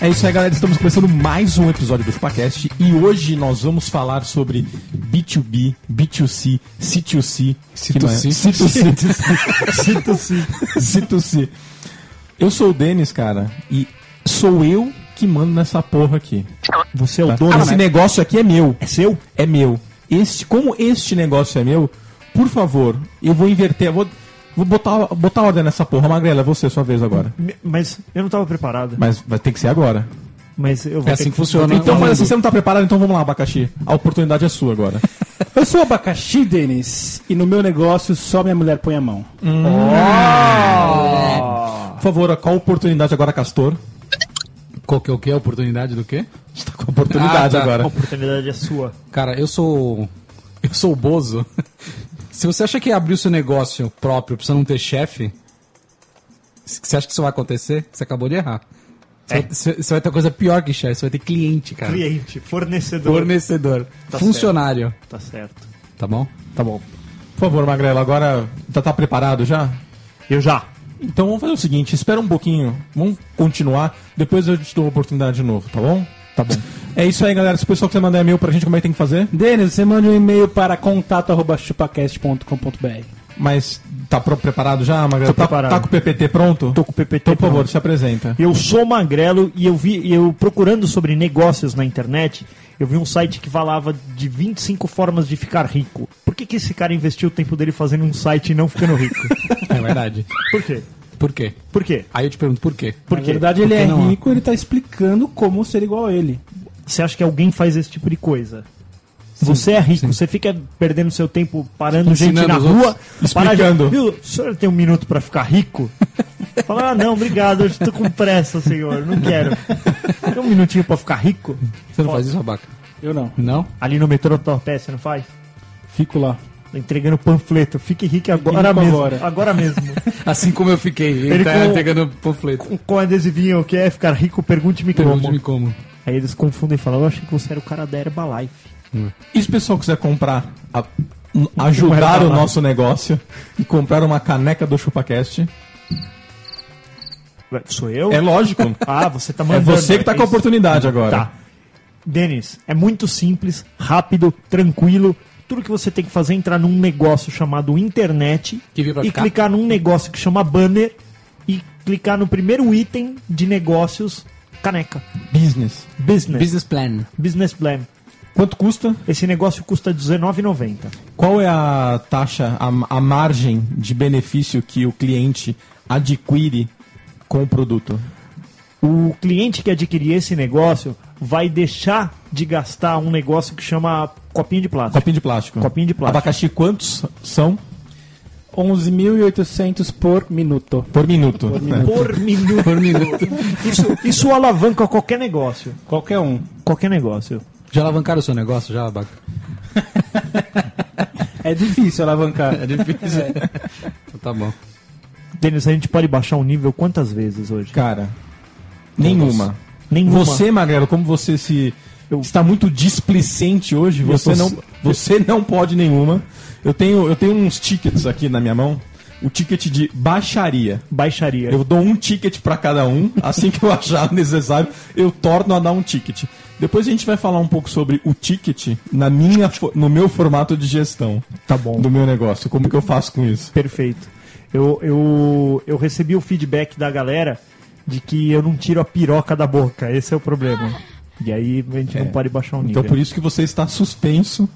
É isso aí, galera. Estamos começando mais um episódio do Chupacast e hoje nós vamos falar sobre B2B, B2C, C2C, que não é- C2C, C2C, C2C. Eu sou o Denis, cara, e sou eu que mando nessa porra aqui. Você é o tá? dono. Esse né? negócio aqui é meu. É seu? É meu. Este, como este negócio é meu, por favor, eu vou inverter, eu vou, vou botar, botar ordem nessa porra. Magrela, é você, sua vez agora. Me- Mas eu não tava preparado. Mas vai ter que ser agora. Mas eu vou. É ter assim que funciona. eu Então vou faz ter assim, você não tá preparado, então vamos lá, abacaxi. A oportunidade é sua agora. Eu sou o abacaxi, Denis, e no meu negócio só minha mulher põe a mão. Por favor, qual oportunidade agora, Castor? Qual que é o que? A oportunidade do quê? Você tá com a oportunidade Ah, tá. que- A agora. oportunidade é sua. Cara, eu sou. Eu sou o Bozo. Se você acha que abrir o seu negócio próprio pra você não ter chefe, se- você acha que isso vai acontecer? Você acabou de errar. Você, É. vai, você- você vai ter coisa pior que chefe, você vai ter cliente, cara. Cliente, fornecedor. Fornecedor. Tá funcionário. Tá certo. Tá bom? Tá bom. Por favor, Magrela, agora já tá preparado já? Eu já. Então vamos fazer o seguinte, espera um pouquinho, vamos continuar, depois eu te dou a oportunidade de novo, tá bom? Tá bom. É isso aí, galera. Se o pessoal quiser mandar e-mail pra gente, como é que tem que fazer? Denis, você manda um e-mail para contato.chupacast.com.br. Mas tá pro- preparado já, Magrela? Tô Tá- preparado. Tá, com o PPT pronto? Tô com o PPT. Então, por pronto. favor, se apresenta. Eu sou magrelo e eu vi, e eu procurando sobre negócios na internet, eu vi um site que falava de 25 formas de ficar rico. Por que, que esse cara investiu o tempo dele fazendo um site e não ficando rico? É verdade. Por quê? Por quê? Por quê? Aí eu te pergunto por quê? Por Na quê? verdade, ele Por que é não, ó? rico, ele tá explicando como ser igual a ele. Você acha que alguém faz esse tipo de coisa? você é rico, você fica perdendo seu tempo parando gente Ensinando na os outros, rua, para explicando. Viu, o senhor tem um minuto pra ficar rico? Fala, ah, não, obrigado, eu estou com pressa, senhor, não quero. Tem um minutinho pra ficar rico? Você não faz isso, abaca? Eu não. Não? Ali no metrô do Torté, você não faz? Fico lá. Tá Entregando panfleto, fique rico agora rico mesmo. Agora, agora. mesmo. Assim como eu fiquei. Ele, Ele tá com- pegando panfleto. Com- Com adesivinho, o que é ficar rico? Pergunte-me como. Pergunte-me como. Aí eles confundem e falam, eu achei que você era o cara da Herbalife. E se o pessoal quiser comprar, a- n- ajudar o nosso negócio e comprar uma caneca do ChupaCast, Ué, Sou eu? é lógico. Ah, você tá É mandando. você que tá é com a isso. oportunidade agora. Tá. Denis, é muito simples, rápido, tranquilo. Tudo que você tem que fazer é entrar num negócio chamado internet Que veio pra e ficar. clicar num negócio que chama banner e clicar no primeiro item de negócios, caneca, Business. business, Business plan. business plan. Quanto custa? Esse negócio custa R$19,90. Qual é a taxa, a, a margem de benefício que o cliente adquire com o produto? O cliente que adquirir esse negócio vai deixar de gastar um negócio que chama copinho de plástico. Copinho de plástico. Copinho de plástico. Abacaxi, quantos são 11.800 por minuto. por minuto? né? Por minuto. Isso, isso alavanca qualquer negócio. Qualquer um. Qualquer negócio. Já alavancaram o seu negócio, já, abaca? É difícil alavancar. difícil. tá bom. Denis, a gente pode baixar o nível quantas vezes hoje? Cara, nenhuma. Nenhuma. Você, Magrelo, como você se Eu- está muito displicente hoje, você tô não, se- você não pode nenhuma. Eu tenho, eu tenho uns tickets aqui na minha mão. O ticket de baixaria. baixaria. Eu dou um ticket pra cada um, assim que eu achar necessário, eu torno a dar um ticket. Depois a gente vai falar um pouco sobre o ticket na minha, fo- no meu formato de gestão Tá bom. do meu negócio, como que eu faço com isso. Perfeito. Eu, eu, eu recebi o feedback da galera de que eu não tiro a piroca da boca. Esse é o problema. E aí a gente É. não pode baixar o nível. Então por isso que você está suspenso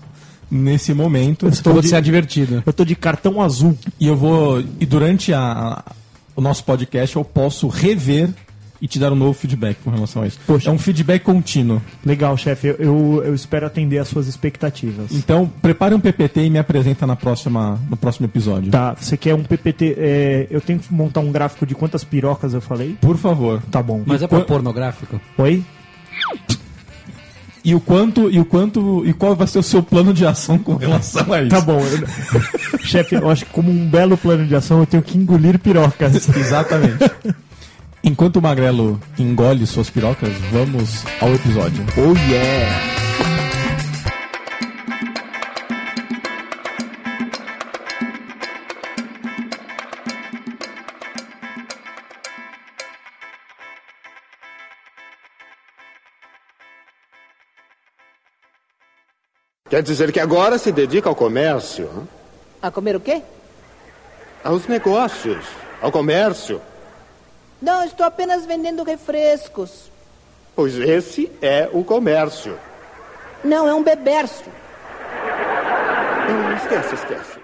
nesse momento. Então você é divertido. Eu tô de cartão azul. E eu vou. E durante a- a- o nosso podcast eu posso rever e te dar um novo feedback com relação a isso. Poxa. É um feedback contínuo. Legal, chefe. Eu, eu, eu espero atender às suas expectativas. Então, prepare um PPT e me apresenta na próxima, no próximo episódio. Tá, você quer um PPT? é, eu tenho que montar um gráfico de quantas pirocas eu falei? Por favor. Tá bom. é- Mas é pra pornográfico? Oi? E o quanto, e o quanto, e qual vai ser o seu plano de ação com relação a isso? Tá bom. eu- Chefe, eu acho que como um belo plano de ação, eu tenho que engolir pirocas. Exatamente. Enquanto o Magrelo engole suas pirocas, vamos ao episódio. Oh yeah! Quer dizer que agora se dedica ao comércio, hã? A comer o quê? aos negócios, ao comércio. Não, estou apenas vendendo refrescos. Pois esse é o comércio. Não, é um beberço. Hum, Esquece, esquece.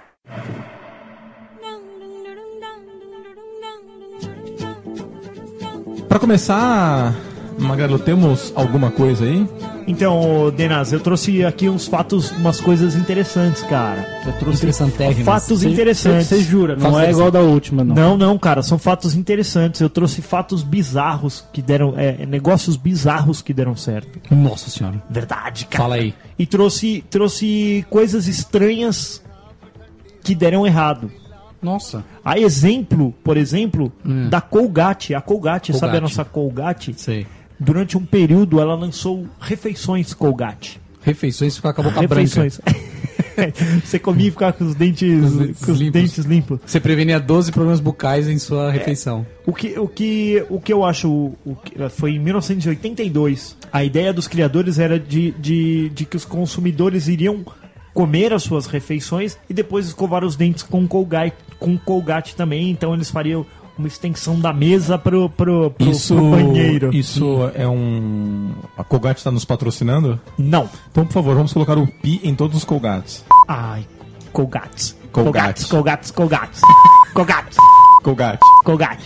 Pra começar, Magrelo, temos alguma coisa aí? Então, ô, Denaz, eu trouxe aqui uns fatos, umas coisas interessantes, cara. Eu trouxe Interessantérrimas. fatos interessantes. Você jura, não Faça é isso. igual da última, não. Não, não, cara, são fatos interessantes. Eu trouxe fatos bizarros que deram. É, negócios bizarros que deram certo. Nossa senhora. Verdade, cara. Fala aí. E trouxe, trouxe coisas estranhas que deram errado. Nossa. Há exemplo, por exemplo, Hum. da Colgate. A Colgate, sabe a Colgate. nossa Colgate? Sei. Durante um período ela lançou refeições Colgate. Refeições ficou com a boca branca. refeições. Você comia e ficava com os dentes, Os dentes com os limpos. dentes limpos. Você prevenia 12 problemas bucais em sua refeição. O que, o que, o que eu acho o que- foi em 1982. A ideia dos criadores era de, de, de que os consumidores iriam comer as suas refeições e depois escovar os dentes com Colgate, com Colgate também. Então eles fariam uma extensão da mesa pro, pro, pro, Isso, pro banheiro. isso é um. A Colgate está nos patrocinando? Não. Então, por favor, vamos colocar o pi em todos os Colgates. Ai, Colgate. Colgate. Colgate, Colgate. Colgate. Colgate. Colgate.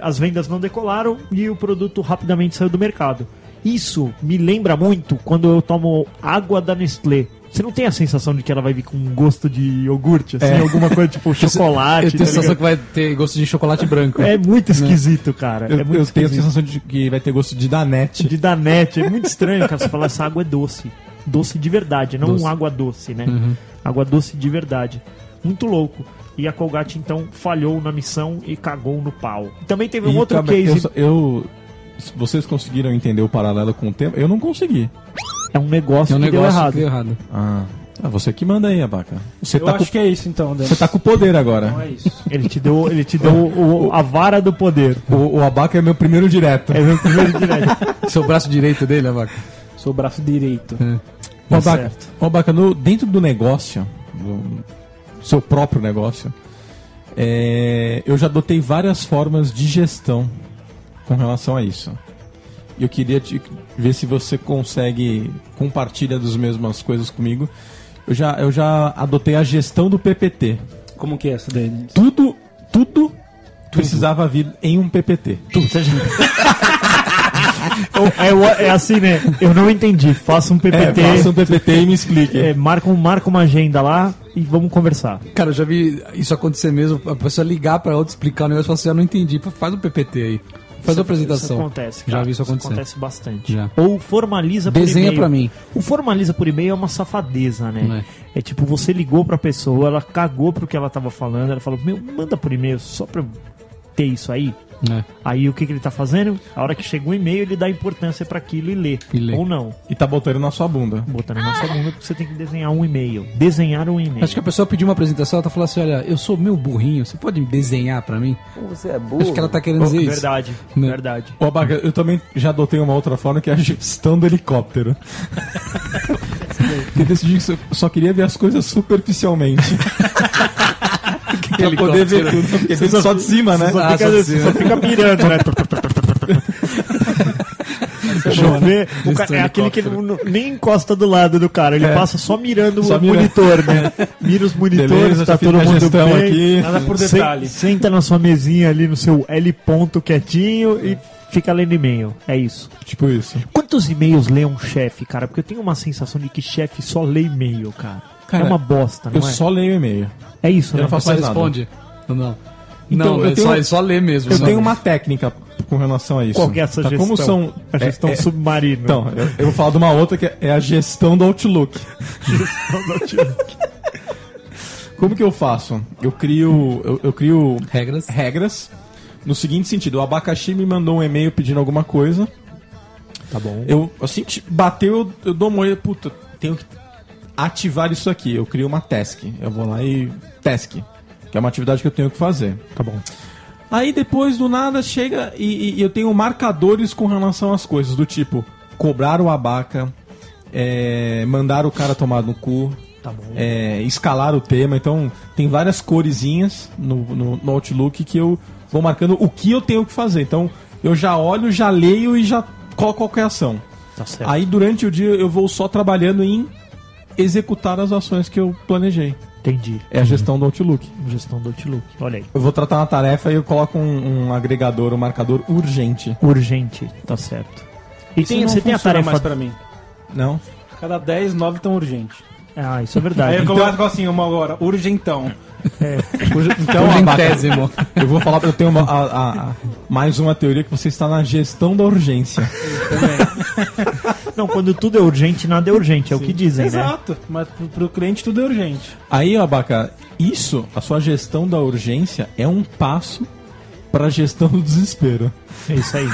As vendas não decolaram e o produto rapidamente saiu do mercado. Isso me lembra muito quando eu tomo água da Nestlé. Você não tem a sensação de que ela vai vir com um gosto de iogurte, É. assim, alguma coisa tipo chocolate? Eu tenho a tá sensação ligado? que vai ter gosto de chocolate branco. É muito esquisito, cara. Né? Eu, é muito eu tenho a esquisito. sensação de que vai ter gosto de Danete. De Danete, é muito estranho, cara. Você fala, essa água é doce. Doce de verdade, não água doce, né? Uhum. Água doce de verdade. Muito louco. E a Colgate, então, falhou na missão e cagou no pau. Também teve um E, outro cara, case. Eu, só- eu- se vocês conseguiram entender o paralelo com o tempo? Eu não consegui. É um negócio É um que deu negócio errado. que deu errado. Ah, ah, você que manda aí, Abaca. Você Eu tá, acho com, que é isso, então, Denis. você tá com o poder Não agora. é isso. Ele te deu, ele te deu o- o- a vara do poder. O, o Abaca é meu primeiro direto. É meu primeiro direto. Seu braço direito dele, Abaca. Sou o braço direito. Ô, Tá Abaca, certo. ô, Abaca, no- dentro do negócio, do seu próprio negócio, é, eu já adotei várias formas de gestão com relação a isso. E eu queria te- ver se você consegue compartilha das mesmas coisas comigo. Eu já, eu já adotei a gestão do PPT. Como que é essa, Denis? Tudo, tudo, precisava vir em um PPT. Você já- é, o- é assim, né? Eu não entendi. Faça um É, PPT. faça um PPT e me explique. é, marca, um- marca uma agenda lá e vamos conversar. Cara, eu já vi isso acontecer mesmo. A pessoa ligar pra outra, explicar o negócio e falar assim: eu não entendi. Pô, Faz o PPT aí. Faz a Isso apresentação. acontece, cara. Já vi isso acontecer. acontece bastante. Já. Ou formaliza Desenha por e-mail. pra mim. O formaliza por e-mail é uma safadeza, né? É. tipo, você ligou pra pessoa, ela cagou pro que ela tava falando, ela falou, meu, manda por e-mail só pra eu ter isso aí. É. Aí o que, que ele tá fazendo? A hora que chega o e-mail, ele dá importância pra aquilo e lê. E lê. Ou não. E tá botando na sua bunda. Botando na sua bunda porque você tem que desenhar um e-mail. Desenhar um e-mail. Acho que a pessoa pediu uma apresentação, ela tá falando assim: olha, eu sou meu burrinho, você pode me desenhar pra mim? Você é burro. Acho que ela tá querendo dizer isso. Oh, Verdade, Né? verdade. Ô, Abaca, eu também já adotei uma outra forma que é a gestão do helicóptero. Porque eu decidi que só- só queria ver as coisas superficialmente. pra poder ver tudo. Porque tem só de cima, né? Ah, Fica- só assim, só né? fica pirando, né? Chover, o Isso ca- é é aquele que não- não- nem encosta do lado do cara, ele passa É. só mirando Só o mirando. monitor, né? Mira os monitores, Beleza, tá fica todo a mundo gestão bem. aqui. Nada por Sen- detalhe. senta na sua mesinha ali no seu L ponto quietinho e fica lendo e-mail. É isso. Tipo isso. Quantos e-mails lê um chefe, cara? Porque eu tenho uma sensação de que chefe só lê e-mail, cara. Cara, é uma bosta, não Eu é? só leio e-mail. É isso, eu né? não faço- Só faz nada. responde. Não. Não, Então, não eu é tenho- só, é só ler mesmo. Eu só tenho ler. uma técnica com relação a isso. Qualquer Tá, sugestão. como são. A é gestão é, é, submarina. Então, eu, eu vou falar de uma outra que é- é a gestão do Outlook. Como que eu faço? Eu crio, eu, eu crio Regras. regras no seguinte sentido: o abacaxi me mandou um e-mail pedindo alguma coisa. Tá bom. Eu assim que bateu, eu, eu dou uma olhada, puta, tenho que ativar isso aqui. Eu crio uma task. Eu vou lá e task, que é uma atividade que eu tenho que fazer. Tá bom. Aí depois do nada chega e, e eu tenho marcadores com relação às coisas, do tipo cobrar o abaca, é, mandar o cara tomar no cu, é, escalar o tema. Então tem várias coresinhas no, no- no Outlook que eu vou marcando o que eu tenho que fazer. Então eu já olho, já leio e já coloco qualquer é ação. Tá certo. Aí durante o dia eu vou só trabalhando em executar as ações que eu planejei. Entendi. É a gestão do Outlook. Gestão do Outlook. Olha aí. Eu vou tratar uma tarefa e eu coloco um, um agregador, um marcador urgente. Urgente. Tá certo. E tem, você tem a tarefa... mais pra mim. Não? Cada 10, 9 tão urgente. Ah, isso é verdade. Aí eu coloco assim, uma hora, urgentão. Então, abaca, eu vou falar, eu tenho uma- a- a- a- mais uma teoria que você está na gestão da urgência. Não, quando tudo é urgente, nada é urgente. É o que dizem, né? Exato. Mas pro, pro cliente tudo é urgente. Aí, Abaca, isso, a sua gestão da urgência é um passo para a gestão do desespero. É isso aí.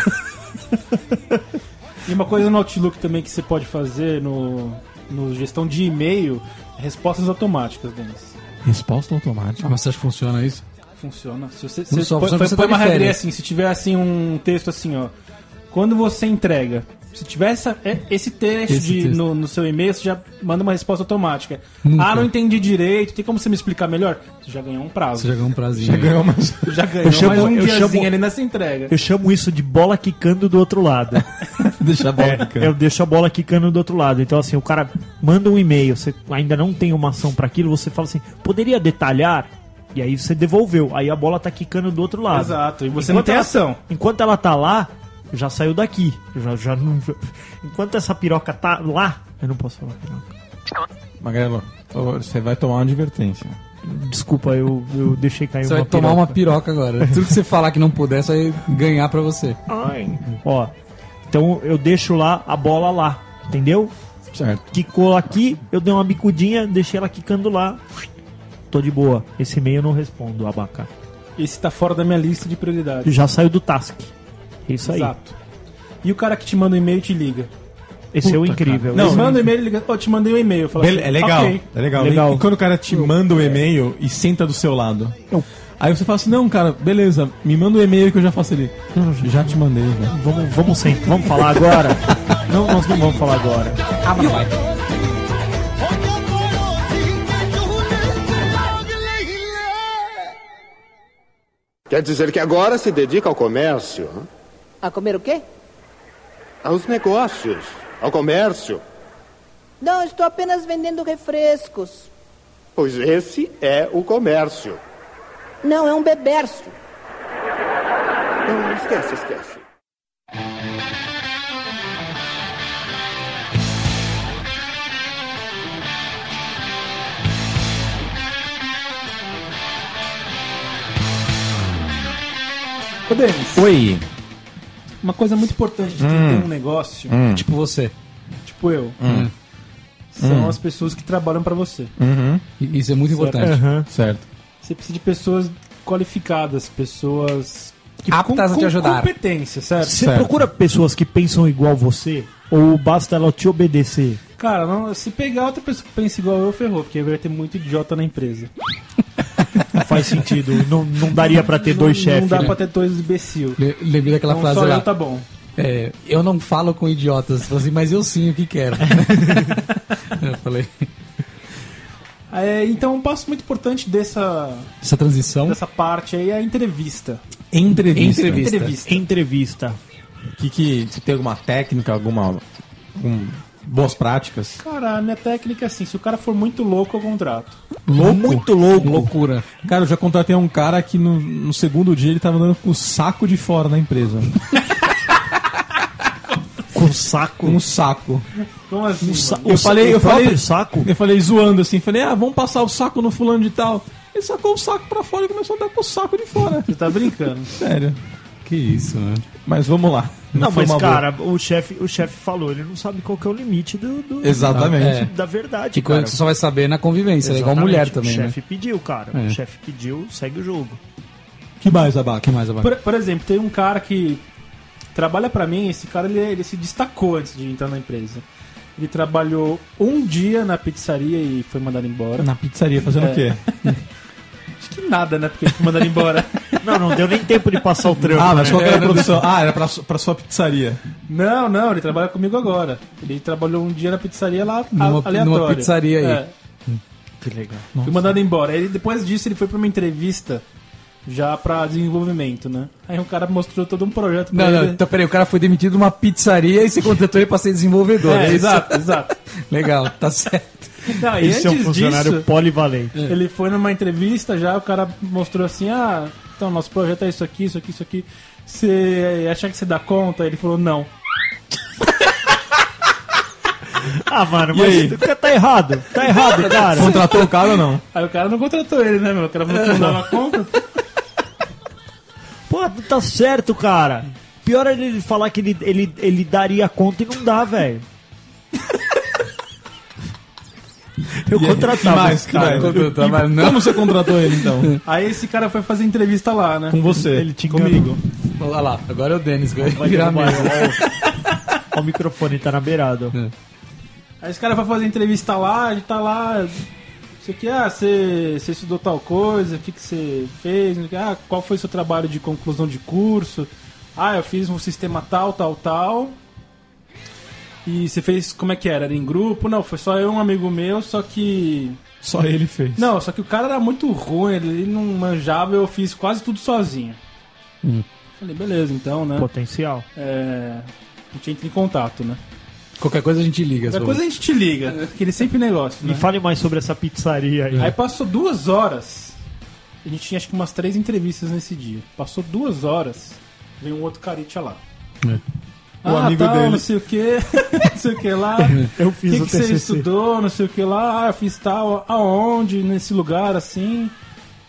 E uma coisa no Outlook também que você pode fazer no, no gestão de e-mail é respostas automáticas, Denis. Resposta automática. Mas você acha que funciona isso? Funciona. Se você, Não você só põe, funciona, põe- você põe tá uma de regra férias. assim, se tiver assim um texto assim, ó. Quando você entrega, se tiver essa- é- esse texto, Esse de- texto. No, no seu e-mail, você já manda uma resposta automática. Nunca. Ah, não entendi direito, tem como você me explicar melhor? Você já ganhou um prazo. Você já ganhou um prazinho. Já aí. ganhou mais. Já ganhou Eu chamo- mais um eu diazinho chamo- ali nessa entrega. Eu chamo isso de bola quicando do outro lado. Deixa a bola ficando. É, Eu deixo a bola quicando do outro lado. Então, assim, o cara manda um e-mail, você ainda não tem uma ação pra aquilo, você fala assim, poderia detalhar? E aí você devolveu. Aí a bola tá quicando do outro lado. Exato, e você não tem ela- ação. Enquanto ela tá lá, já saiu daqui. Já, já não- Enquanto essa piroca tá lá, eu não posso falar piroca. Magrelo, por favor, você vai tomar uma advertência. Desculpa, eu, eu deixei cair Você uma vai tomar piroca. uma piroca agora. Tudo que você falar que não puder, só vai ganhar pra você. Ó, então eu deixo lá a bola lá, entendeu? Certo. quicou aqui, eu dei uma bicudinha, deixei ela quicando lá. Tô de boa. Esse e-mail eu não respondo, abaca. Esse tá fora da minha lista de prioridades. Já saiu do task. É Isso aí. Exato. E o cara que te manda um e-mail te liga. Esse é o incrível. Não, Esse manda um e-mail, ele liga, ó, te mandei um e-mail. Fala Bele- assim, é legal, Tá ok. é legal. Legal. E quando o cara te manda um e-mail e senta do seu lado. Eu- Aí você fala assim, não, cara, beleza, me manda um e-mail que eu já faço ali. Uhum. Já te mandei, né? Vamos, vamos sem. Vamos falar agora. não, nós não vamos falar agora. Quer dizer que agora se dedica ao comércio, né? A comer o quê? aos negócios, ao comércio. Não, estou apenas vendendo refrescos. Pois esse é o comércio. Não, é um beberço. Não, Hum, esquece, esquece. Ô, Denis, Oi. uma coisa muito importante de quem Hum. tem um negócio, Hum. Tipo você. tipo eu, Hum. são as pessoas que trabalham pra você. E- Isso é muito importante. Aham. Certo. Você precisa de pessoas qualificadas, pessoas que Aptas a te ajudar. competência, certo? Você Certo. procura pessoas que pensam igual você? Ou basta ela te obedecer? Cara, não- se pegar outra pessoa que pensa igual eu, ferrou, porque vai ter muito idiota na empresa. Não faz sentido. não, não daria pra ter Não- dois Não chefes. dá né? pra ter dois imbecil. Le- Lembrei daquela Então, frase só lá. eu tá bom. É, eu não falo com idiotas, Você fala assim, mas eu sim o que quero. eu falei, É, então, um passo muito importante dessa, essa transição. dessa parte aí é a entrevista. Entrevista. Entrevista. Entrevista. Que, que se tem alguma técnica, alguma. um- boas práticas. Cara, a minha técnica é assim, se o cara for muito louco, eu contrato. Louco. Muito louco. Loucura. Cara, eu já contratei um cara que no, no segundo dia ele tava andando com o saco de fora na empresa. Com o saco. Com o Um saco. Um Então, assim, O sa- mano, Eu o falei- sa- eu o próprio falei- saco? Eu falei zoando assim, falei, ah, vamos passar o saco no fulano de tal. Ele sacou o saco pra fora e começou a dar com o saco de fora. você tá brincando. Sério. Que isso, né? mano. Mas vamos lá. Não, foi mas uma boa. cara, o chefe o chefe falou, ele não sabe qual que é o limite do, do- Exatamente. É. da verdade, Que coisa cara. que você só vai saber na convivência, né? igual Exatamente. mulher também, O né? chefe pediu, cara. É. O chefe pediu, segue o jogo. Que mais, Abaca? que mais, Abaca? Por, por exemplo, tem um cara que trabalha pra mim, esse cara ele, ele se destacou antes de entrar na empresa. Ele trabalhou um dia na pizzaria e foi mandado embora. Na pizzaria, fazendo É. o quê? Acho que nada, né? Porque ele foi mandado embora. Não, não deu nem tempo de passar o trampo. Ah, mas né? qual que era a produção? Ah, era pra, su- pra sua pizzaria. Não, não, ele trabalha comigo agora. Ele trabalhou um dia na pizzaria lá, a- Numa- aleatória. numa pizzaria aí. Hum, É. Que legal. Fui mandado embora. Aí depois disso ele foi pra uma entrevista já pra desenvolvimento, né? Aí um cara mostrou todo um projeto pra Não, não, ele. então peraí, o cara foi demitido de uma pizzaria e você contratou ele pra ser desenvolvedor. É, né? exato, exato. Legal, tá certo. Não, e Esse é um antes funcionário É. disso, polivalente. Ele foi numa entrevista já, o cara mostrou assim, ah, então nosso projeto é isso aqui, isso aqui, isso aqui. Você acha que você dá conta? Ele falou, não. Ah, mano, mas tá errado. Tá errado, cara. Contratou o cara ou não? Aí o cara não contratou ele, né, meu? O cara falou que não dava conta. Pô, não tá certo, cara. Pior é ele falar que ele, ele, ele daria conta e não dá, velho. Eu contratava mais, esse cara. cara? Contratou, mas não. Como você contratou ele, então? Aí esse cara foi fazer entrevista lá, né? Com você. Ele tinha comigo. Olha lá, agora é o Denis, vai Vai virar derrubar, mesmo. ó, ó, o microfone tá na beirada. Aí esse cara vai fazer entrevista lá, ele tá lá. Você que, ah, você, você estudou tal coisa, o que, que você fez? Ah, qual foi seu trabalho de conclusão de curso? Ah, eu fiz um sistema tal, tal, tal. E você fez, como é que era? Era em grupo? Não, foi só eu e um amigo meu, só que. Só ele fez. Não, só que o cara era muito ruim, ele não manjava, eu fiz quase tudo sozinho. Falei, beleza, então, né? Potencial. É, a gente entra em contato, né? Qualquer coisa a gente liga. Qualquer só. coisa a gente te liga, aquele sempre É. negócio, né? Me fale mais sobre essa pizzaria aí. Aí passou duas horas. A gente tinha acho que umas três entrevistas nesse dia. Passou duas horas, veio um outro carinha lá. Ah, O amigo dele. Não sei o que, não sei o que lá. Eu O fiz que, o que você TCC. estudou, não sei o que lá. Ah, eu fiz tal, aonde, nesse lugar assim.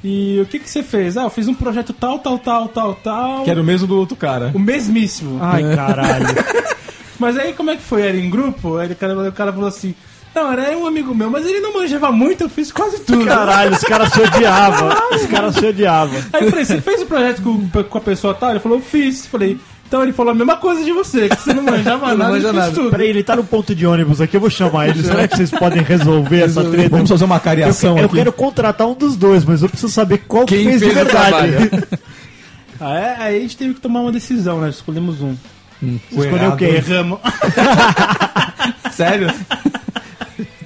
E o que, que você fez? Ah, eu fiz um projeto tal, tal, tal, tal, tal. Que era o mesmo do outro cara. O mesmíssimo. Ai, É. caralho. Mas aí como é que foi? Era em grupo? Aí o cara, o cara falou assim: Não, era um amigo meu, mas ele não manjava muito, eu fiz quase tudo. Caralho, os caras se odiavam. Os caras se odiavam. Aí eu falei, você fez o projeto com, com a pessoa tal? Ele falou, fiz. Falei, então ele falou a mesma coisa de você, que você não manjava nada, manja ele fez nada. tudo. Peraí, ele tá no ponto de ônibus aqui, eu vou chamar ele. Será que vocês podem resolver essa treta? Vamos fazer uma Eu, cariação eu aqui. quero contratar um dos dois, mas eu preciso saber qual que Quem fez, de fez o verdade. trabalho? Aí, aí a gente teve que tomar uma decisão, né? Escolhemos um. Escolheu errado. quem? Erramos. Sério?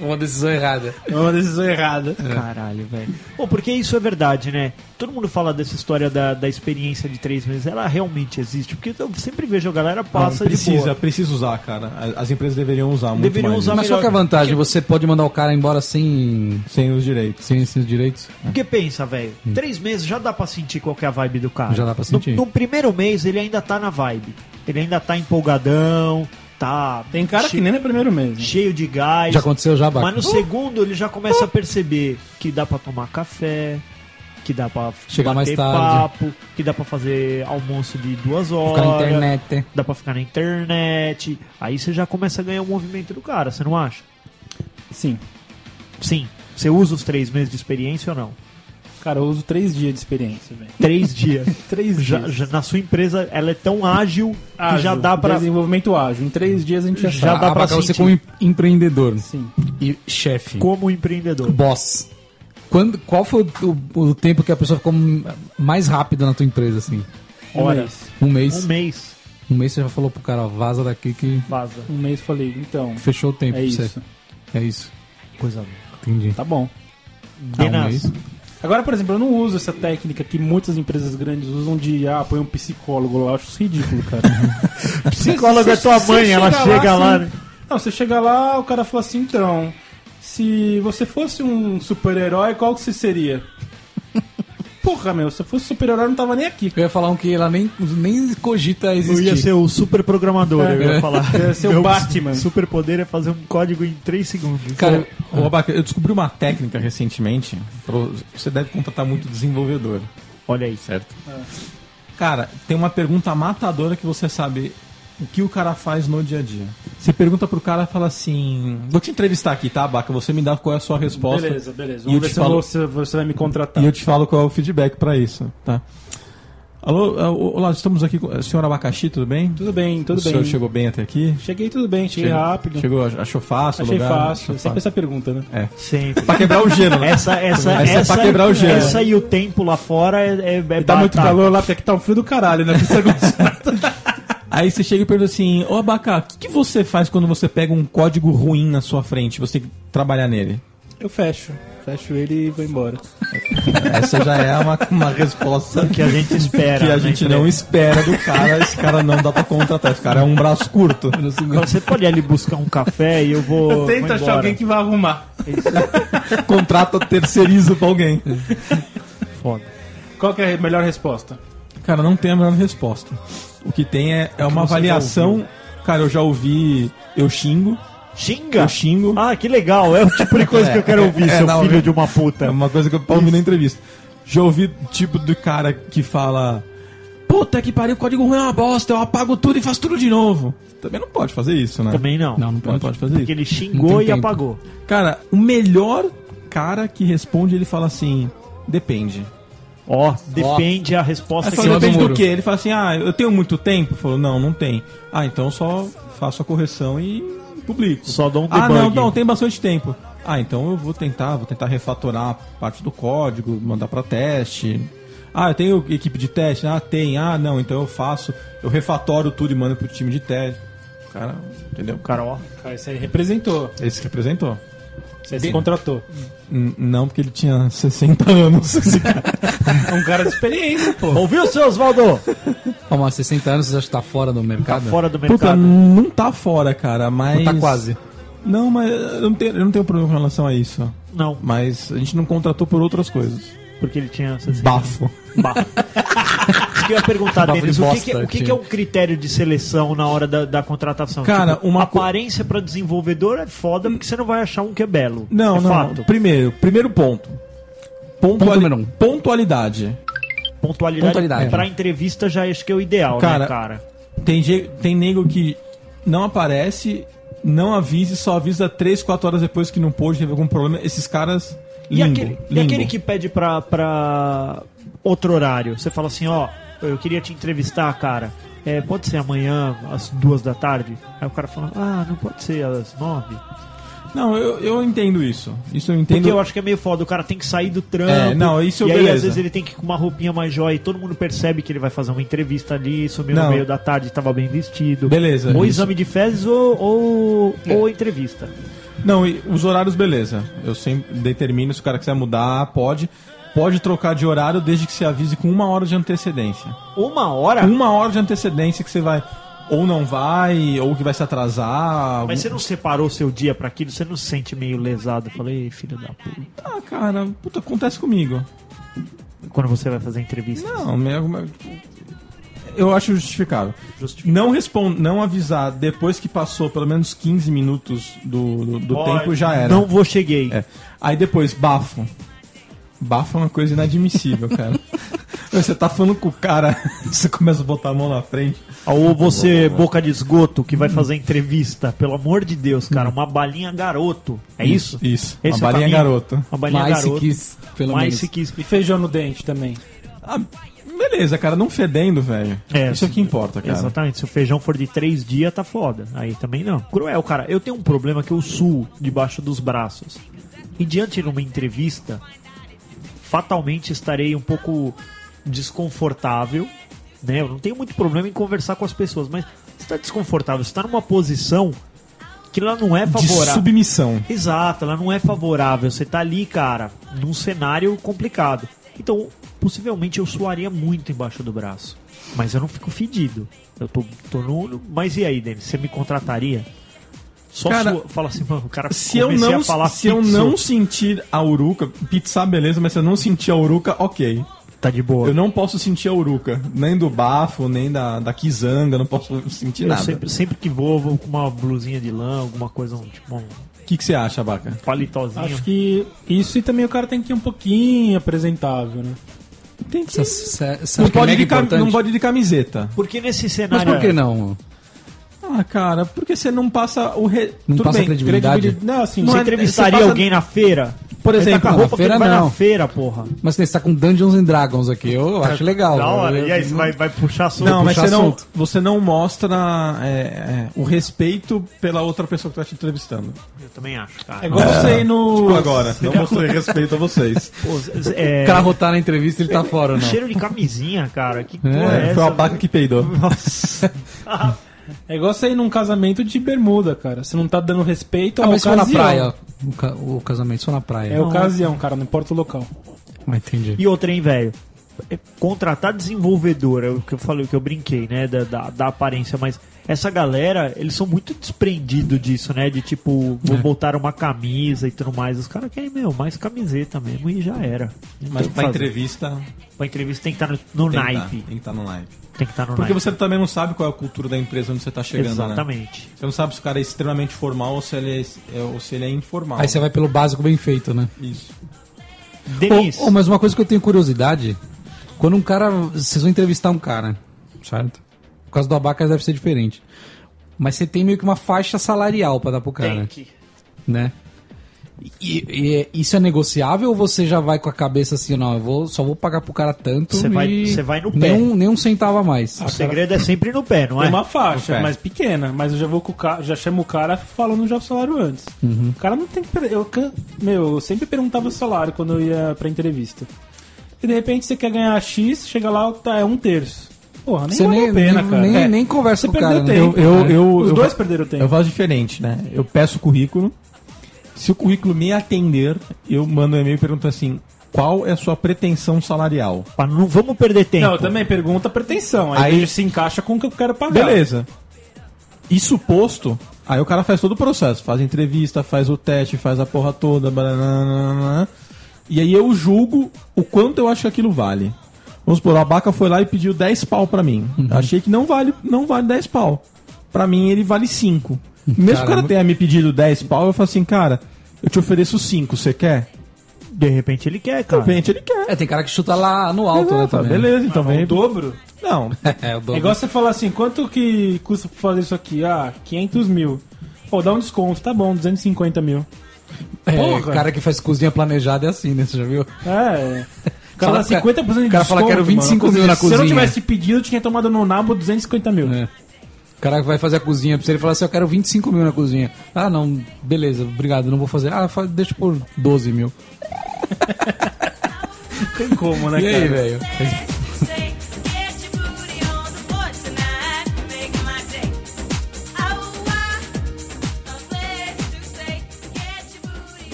Uma decisão errada. É uma decisão errada. Caralho, velho. Bom, porque isso é verdade, né? Todo mundo fala dessa história da, da experiência de três meses. Ela realmente existe? Porque eu sempre vejo a galera passa de precisa, boa. precisa usar, cara. A- As empresas deveriam usar muito Deveriam mais usar isso, Mas qual que é a melhor. vantagem? Você pode mandar o cara embora sem, sem os direitos. sem esses direitos? Porque pensa, velho. Três meses já dá pra sentir qual que é a vibe do cara. Já dá pra sentir. No, no primeiro mês ele ainda tá na vibe. Ele ainda tá empolgadão, tá... Tem cara che- que nem no primeiro mês. né? Cheio de gás. Já aconteceu já, É Mas Baca? no segundo ele já Uh! começa a perceber que dá pra tomar café, que dá pra Chegar bater mais tarde. papo, que dá pra fazer almoço de duas horas, Ficar na internet. né? dá pra ficar na internet. Aí você já começa a ganhar o movimento do cara, você não acha? Sim. Sim. Você usa os três meses de experiência ou não? Cara, eu uso três dias de experiência, velho. Três dias. Três já, dias. já- na sua empresa ela é tão ágil, que já Ágil, dá pra. Desenvolvimento ágil. Em três dias a gente já, Já sabe. dá Ah, pra Baca, você sentir. como em- empreendedor Sim. e chefe, como empreendedor. boss. Quando, qual foi o, o tempo que a pessoa ficou mais rápida na tua empresa, assim? Um Olha. mês. Um Um mês? mês Um mês você já falou pro cara, ó, vaza daqui que vaza. Um mês falei, então, fechou o tempo. é pra você. isso. É isso. Coisa Entendi. Tá bom. É Ah, um Denas, mês. Agora, por exemplo, eu não uso essa técnica que muitas empresas grandes usam de ah, põe um psicólogo lá, eu acho isso ridículo, cara. psicóloga é tua Você mãe, ela chega lá, assim- né? Não, você chega lá, o cara fala assim, então, se você fosse um super-herói, qual que você seria? Porra, meu, se eu fosse super-herói, eu não tava nem aqui. Eu ia falar um que ela nem, nem cogita Eu existir. ia ser o super programador, eu ia É. falar. Eu ia ser o Meu Batman. Super poder é fazer um código em 3 segundos. Cara, Ô, Abaca, eu descobri uma técnica recentemente. Falou, Você deve contratar muito desenvolvedor, Olha isso. certo? Cara, tem uma pergunta matadora que você sabe o que o cara faz no dia a dia. Você pergunta pro cara e fala assim: Vou te entrevistar aqui, tá, Baca? Você me dá qual é a sua resposta. Beleza, beleza. E eu Vamos ver te se falo- você, você vai me contratar. E eu te falo qual é o feedback pra isso, tá? Alô, ah, o- olá, estamos aqui com o senhor Abacaxi, tudo bem? Tudo bem, tudo o bem. senhor chegou bem até aqui? Cheguei tudo bem, cheguei Chegou- rápido. Chegou, ach- achou fácil? o Achei lugar? fácil. Achou Sempre essa pergunta, né? Sempre. Pra quebrar o gelo, né? Essa, essa, Essa é pra quebrar o gelo. Essa e o tempo lá fora é, é, é Ah, Tá muito batata. calor lá, porque aqui tá um frio do caralho, né? Aí você chega e pergunta assim, ô Abacá, o que, que você faz quando você pega um código ruim na sua frente? Você tem que trabalhar nele. Eu fecho. Fecho ele e vou embora. Essa já é uma, uma resposta que a gente espera. que a né, gente entendeu? não espera do cara. Esse cara não dá pra contratar. Esse cara é um braço curto. Então Você pode ir ali buscar um café e eu vou. vou Tenta achar embora. alguém que vai arrumar. Contrata terceirizo pra alguém. Qual que é a melhor resposta? Cara, não tem a melhor resposta. O que tem é, é uma avaliação. Cara, eu já ouvi. Eu xingo. Xinga? Eu xingo. Ah, que legal. É o tipo de coisa que eu quero ouvir, é, seu não, filho eu- de uma puta. É uma coisa que eu ouvi na entrevista. Já ouvi tipo do cara que fala. Puta que pariu, o código ruim é uma bosta, eu apago tudo e faço tudo de novo. Também não pode fazer isso, né? Também não. Não, não não pode. pode fazer isso. Porque ele Não xingou tem e tempo. apagou. Cara, o melhor cara que responde, ele fala assim: depende. Ó, depende a resposta Aí que Em fala, cima você do É depende do, muro. quê? Ele fala assim: ah, eu tenho muito tempo? Falou: não, não tem. Ah, então só faço a correção e publico. Só dou um Ah, não, debug. não, tem bastante tempo. Ah, então eu vou tentar, vou tentar refatorar parte do código, mandar pra teste. Ah, eu tenho equipe de teste? Ah, tem. Ah, não, então eu faço, eu refatoro tudo e mando pro time de teste. Cara, entendeu? Cara, ó. Cara, esse aí representou. Esse que apresentou. Esse aí se contratou. N- Não, porque ele tinha 60 anos. Esse cara. É um cara de experiência, pô. Ouviu, seu Oswaldo? Ó, mas 60 anos você acha que tá fora do Tá mercado? fora do Puta, mercado. não tá fora, cara, mas. Tá quase. Não, mas eu não tenho, eu não tenho problema com relação a isso. Não, Mas a gente não contratou por outras coisas. porque ele tinha. Bafo. Bah. Isso que eu ia perguntar, Bafo de Denis, o que, que- bosta, o que tinha. que é um critério de seleção na hora da, da contratação? Tipo, Cara, uma co- aparência pra desenvolvedor é foda porque você não vai achar um que é belo. Não, é não. Fato. Primeiro, primeiro ponto. Pontuali- número um. Pontualidade. Pontualidade, Pontualidade. pra entrevista já acho que é o ideal, Cara, né, cara? Tem, je- tem nego que não aparece, não avise, só avisa 3, 4 horas depois que não pôde, teve algum problema. Esses caras. E, Limbo, aquele, e limbo. aquele que pede pra, pra outro horário? Você fala assim, ó, eu queria te entrevistar, cara. É, pode ser amanhã, às duas da tarde? Aí o cara fala, ah, não pode ser às nove. Não, eu, eu entendo isso. Isso eu Porque entendo. eu acho que é meio foda, o cara tem que sair do trampo. É, não, isso E aí, beleza. às vezes, ele tem que ir com uma roupinha mais jóia e todo mundo percebe que ele vai fazer uma entrevista ali, sumiu Não. no meio da tarde, tava bem vestido. Beleza, Ou isso. exame de fezes ou, ou, ou entrevista. Não, e os horários, beleza. Eu sempre determino se o cara quiser mudar, pode. Pode trocar de horário desde que você avise com uma hora de antecedência. Uma hora? Uma hora de antecedência que você vai. Ou não vai, ou que vai se atrasar. Mas você não separou seu dia pra aquilo? Você não se sente meio lesado? Eu Falei, "Ei, filho da puta. Ah, cara, puta, acontece comigo. Quando você vai fazer a entrevista? Não, me- me- eu acho justificável. Justificado. Não respon- não avisar depois que passou pelo menos 15 minutos do, do, do Ó, tempo já era. Não vou, cheguei. É. Aí depois, bafo. Bafo é uma coisa inadmissível, cara. Você tá falando com o cara, você começa a botar a mão na frente. Ou você, boca de esgoto, que vai fazer a entrevista. Pelo amor de Deus, cara, uma balinha garoto. É isso? Isso. Esse é o uma balinha caminho? garota. Uma balinha Mais se garoto. quis, pelo mais menos. se quis. E feijão no dente também. Ah, beleza, cara, não fedendo, velho. É, Isso é o que importa, cara. Exatamente, se o feijão for de três dias, tá foda. Aí também não. Cruel, cara. Eu tenho um problema que eu suo debaixo dos braços. E diante de uma entrevista, fatalmente estarei um pouco desconfortável, né? Eu não tenho muito problema em conversar com as pessoas, mas você tá desconfortável, você tá numa posição que ela não é De favorável. submissão. Exato, ela não é favorável. Você tá ali, cara, num cenário complicado. Então, possivelmente eu suaria muito embaixo do braço. Mas eu não fico fedido. Eu tô, tô no. no- Mas e aí, Denis? Você me contrataria? Só Cara, sua- fala assim, mano, o cara Se eu, comecei não, a falar se eu fixo. não sentir a uruca, pizza beleza, mas se eu não sentir a uruca, ok. Tá de boa. Eu não posso sentir a uruca, nem do bafo, nem da, da quizanga, não posso sentir Eu nada. sempre, sempre que vou, vou com uma blusinha de lã, alguma coisa, um, tipo um O que, que você acha, Baca? paletózinho. Acho que isso e também o cara tem que ir um pouquinho apresentável, né? Tem que. Você- você- você Não acha que é pode, mega de cam- importante? não pode de camiseta. Porque nesse Mas cenário. por que não? Ah, cara, porque você não passa o. Re... Não passa credibilidade? Não, assim, Você não é- entrevistaria você passa- alguém na feira? Por Ele tá exemplo, com a na roupa que feira ele vai não. na feira, porra. Mas você tá com Dungeons and Dragons aqui, eu acho legal. Tá Da hora. Eu- E aí, você vai, vai puxar assunto? Não, mas puxar você não, assunto. você não mostra é, é, o respeito pela outra pessoa que tá te entrevistando. Eu também acho, É cara. igual você ir Tipo, no. Agora, não mostrei respeito a vocês. Pô, z- é, O cara rotar na entrevista, ele tá fora ou não? Cheiro de camisinha, cara. Que porra é, É, essa? foi a vaca que peidou. Nossa. É igual você ir num casamento de bermuda, cara. Você não tá dando respeito Ah, à mas se for na ocasião. praia. O, ca- o casamento se for na praia. É ocasião, cara, não importa o local. Ah, entendi. E outra, hein, velho? É, Contratar desenvolvedora, o que eu falei, o que eu brinquei, né? Da, da, da aparência, mas essa galera, eles são muito desprendidos disso, né? De tipo, É. vou botar uma camisa e tudo mais. Os caras querem, meu, mais camiseta mesmo e já era. Não Mas tem o que pra fazer. entrevista, Pra entrevista tem que estar no, no tem que tá- naipe. tem que estar no naipe. Tem que estar no Porque naipe. você também não sabe qual é a cultura da empresa onde você tá chegando, né? Exatamente. Você não sabe se o cara é extremamente formal ou se ele é, é- ou se ele é informal. Aí você vai pelo básico bem feito, né? Isso. Denise, Ô, ô, mas uma coisa que eu tenho curiosidade, quando um cara. Vocês vão entrevistar um cara, certo? Por causa do abacas deve ser diferente. Mas você tem meio que uma faixa salarial pra dar pro cara, tem que. né? E, e é- isso é negociável ou você já vai com a cabeça assim, não, eu vou, só vou pagar pro cara tanto Você e vai- você vai no pé. nenhum, nenhum centavo a mais. O segredo é sempre no pé, não é? É uma faixa, pé. mas pequena. Mas eu já vou com o cara, já chamo o cara falando já o salário antes. O Uhum. cara não tem que. per- Eu, can- meu, eu sempre perguntava o salário quando eu ia pra entrevista. E de repente você quer ganhar X, chega lá, tá, é um terço. Porra, nem Você vale nem- a pena, nem- cara. nem- É. nem conversa você com o cara, né? Perdeu tempo, Eu- eu- cara. eu- Os eu- dois perderam tempo. Eu faço diferente, né? Eu peço o currículo. Se o currículo me atender, eu mando um e-mail e pergunto assim: qual é a sua pretensão salarial? Pra Não vamos perder tempo. Não, eu também pergunta pretensão. Aí, Aí- se encaixa com o que eu quero pagar. Beleza. Isso posto, aí o cara faz todo o processo, faz entrevista, faz o teste, faz a porra toda, bananana, e aí eu julgo o quanto eu acho que aquilo vale. Vamos supor, o Abaca foi lá e pediu 10 pau pra mim. Eu Achei que não vale, não vale 10 pau. Pra mim ele vale 5. Mesmo que o cara Caramba. tenha me pedido 10 pau, eu falo assim, cara, eu te ofereço 5, você quer? De repente ele quer, De cara. repente ele quer. É, tem cara que chuta lá no alto, né? Exato, Também. beleza, então vem. O dobro. Não, É, o dobro. É igual você falar assim, quanto que custa pra fazer isso aqui? Ah, 500 mil. Pô, dá um desconto, tá bom, 250 mil. É, Porra. cara que faz cozinha planejada é assim, né? Você já viu? É. O cara Fala, dá 50% de desconto. o cara fala que era 25 mano, mil na Se eu não cozinha. tivesse pedido, eu tinha tomado no nabo 250 mil. É. O cara que vai fazer a cozinha pra você, ele fala assim, eu quero 25 mil na cozinha. Ah, não, beleza, obrigado, não vou fazer. Ah, fa- deixa por 12 mil. Tem como, É, né, E cara? aí, velho?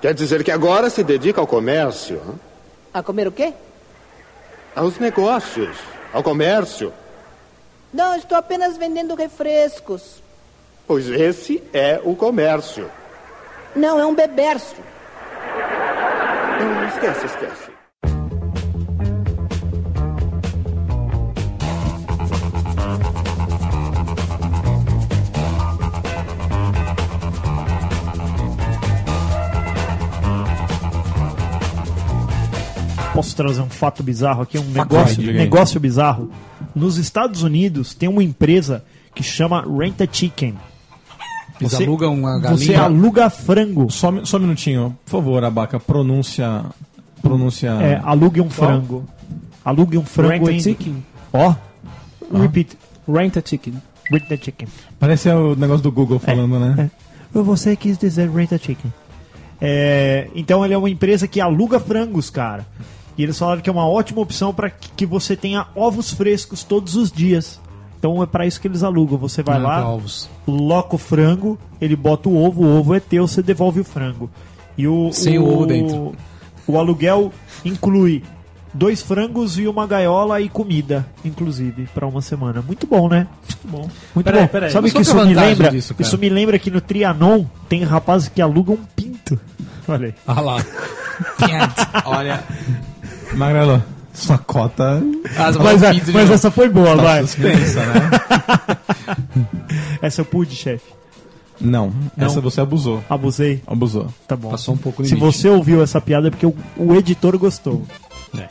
Quer dizer que agora se dedica ao comércio, hã? A comer o quê? aos negócios, ao comércio. Não, estou apenas vendendo refrescos. Pois esse é o comércio. Não, é um beberço. Não, esquece, esquece. Posso trazer um fato bizarro aqui? Um vai, negócio, diga aí. negócio bizarro. Nos Estados Unidos tem uma empresa que chama Rent a Chicken. Eles alugam uma Você galinha. aluga frango. só, mi- só um minutinho, por favor, Abaca, pronúncia. Pronúncia. É, alugue um frango. Alugue um frango Ah. Rent a em... chicken. Ah. Ó. Repeat. Rent a chicken. Rent a chicken. Parece o negócio do Google falando, né? Ou É. Você quis dizer Rent a Chicken. É, então ele é uma empresa que aluga frangos, cara. E eles falaram que é uma ótima opção para que que você tenha ovos frescos todos os dias. Então é para isso que eles alugam. Você vai Ah, lá, ovos. loca o frango, ele bota o ovo, o ovo é teu, você devolve o frango. E o, Sem o ovo dentro. O aluguel inclui dois frangos e uma gaiola e comida, inclusive, para uma semana. Muito bom, né? Muito bom. Muito Peraí, bom. peraí. Sabe Mas o que qual que é isso a me vantagem lembra? disso, cara? isso me lembra que no Trianon tem rapazes que alugam um pinto. Olha aí. Ah lá. Olha. Magrelo, sua cota. tá As Mas, a- maldito um de mas assim, novo. essa foi boa, vai. suspensa, né? Essa eu pude, chefe. Não, essa você abusou. Abusei? Abusou. Tá bom. Passou um pouco o Se limite. você ouviu essa piada é porque o, o editor gostou. É.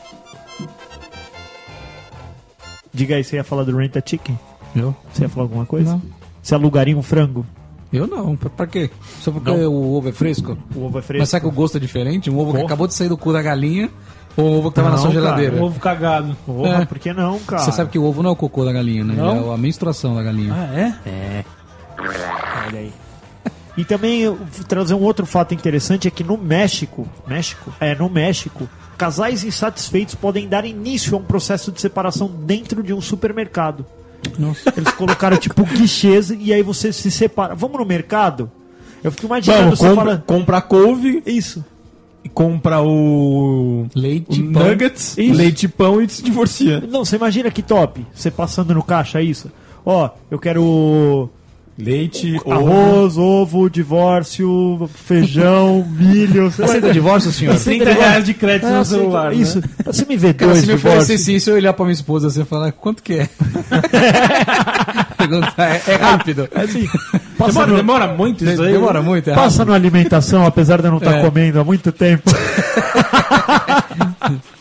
Diga aí, você ia falar do Rent a Chicken? Eu? Você ia falar alguma coisa? Não. Você alugaria um frango? Eu não. Pra, pra quê? Só porque Não. o ovo é fresco? O ovo é fresco? Mas será que o gosto é diferente? Um ovo que Porra. acabou de sair do cu da galinha ou um ovo que tava na Não, sua cara, geladeira? Ovo cagado. Porra, É. por que não, cara? Você sabe que o ovo não é o cocô da galinha, né? Não? É a menstruação da galinha. Ah, é? Olha aí. E também eu vou trazer um outro fato interessante é que no México, México, é no México, casais insatisfeitos podem dar início a um processo de separação dentro de um supermercado. Nossa. Eles colocaram tipo guichês e aí você se separa. Vamos no mercado? Eu fico imaginando Vamos, você compra, falando compra a couve, isso. compra o, o Leite, pão. nuggets, Isso. leite e pão e se divorcia. Não, você imagina que top. Você passando no caixa é isso. Ó, eu quero Leite, ovo. arroz, ovo, divórcio, feijão, milho, sei lá. Aceita divórcio, senhor? 30 reais de crédito É, no aceita- celular. né? Isso. Você me vê Cara, dois se me divórcios. oferecesse isso, eu ia olhar pra minha esposa assim e falar, quanto que é? Perguntar, é, é rápido. É assim, passa, Demora, no, demora muito isso aí. Demora muito, é passa rápido. na alimentação, apesar de eu não estar É. comendo há muito tempo.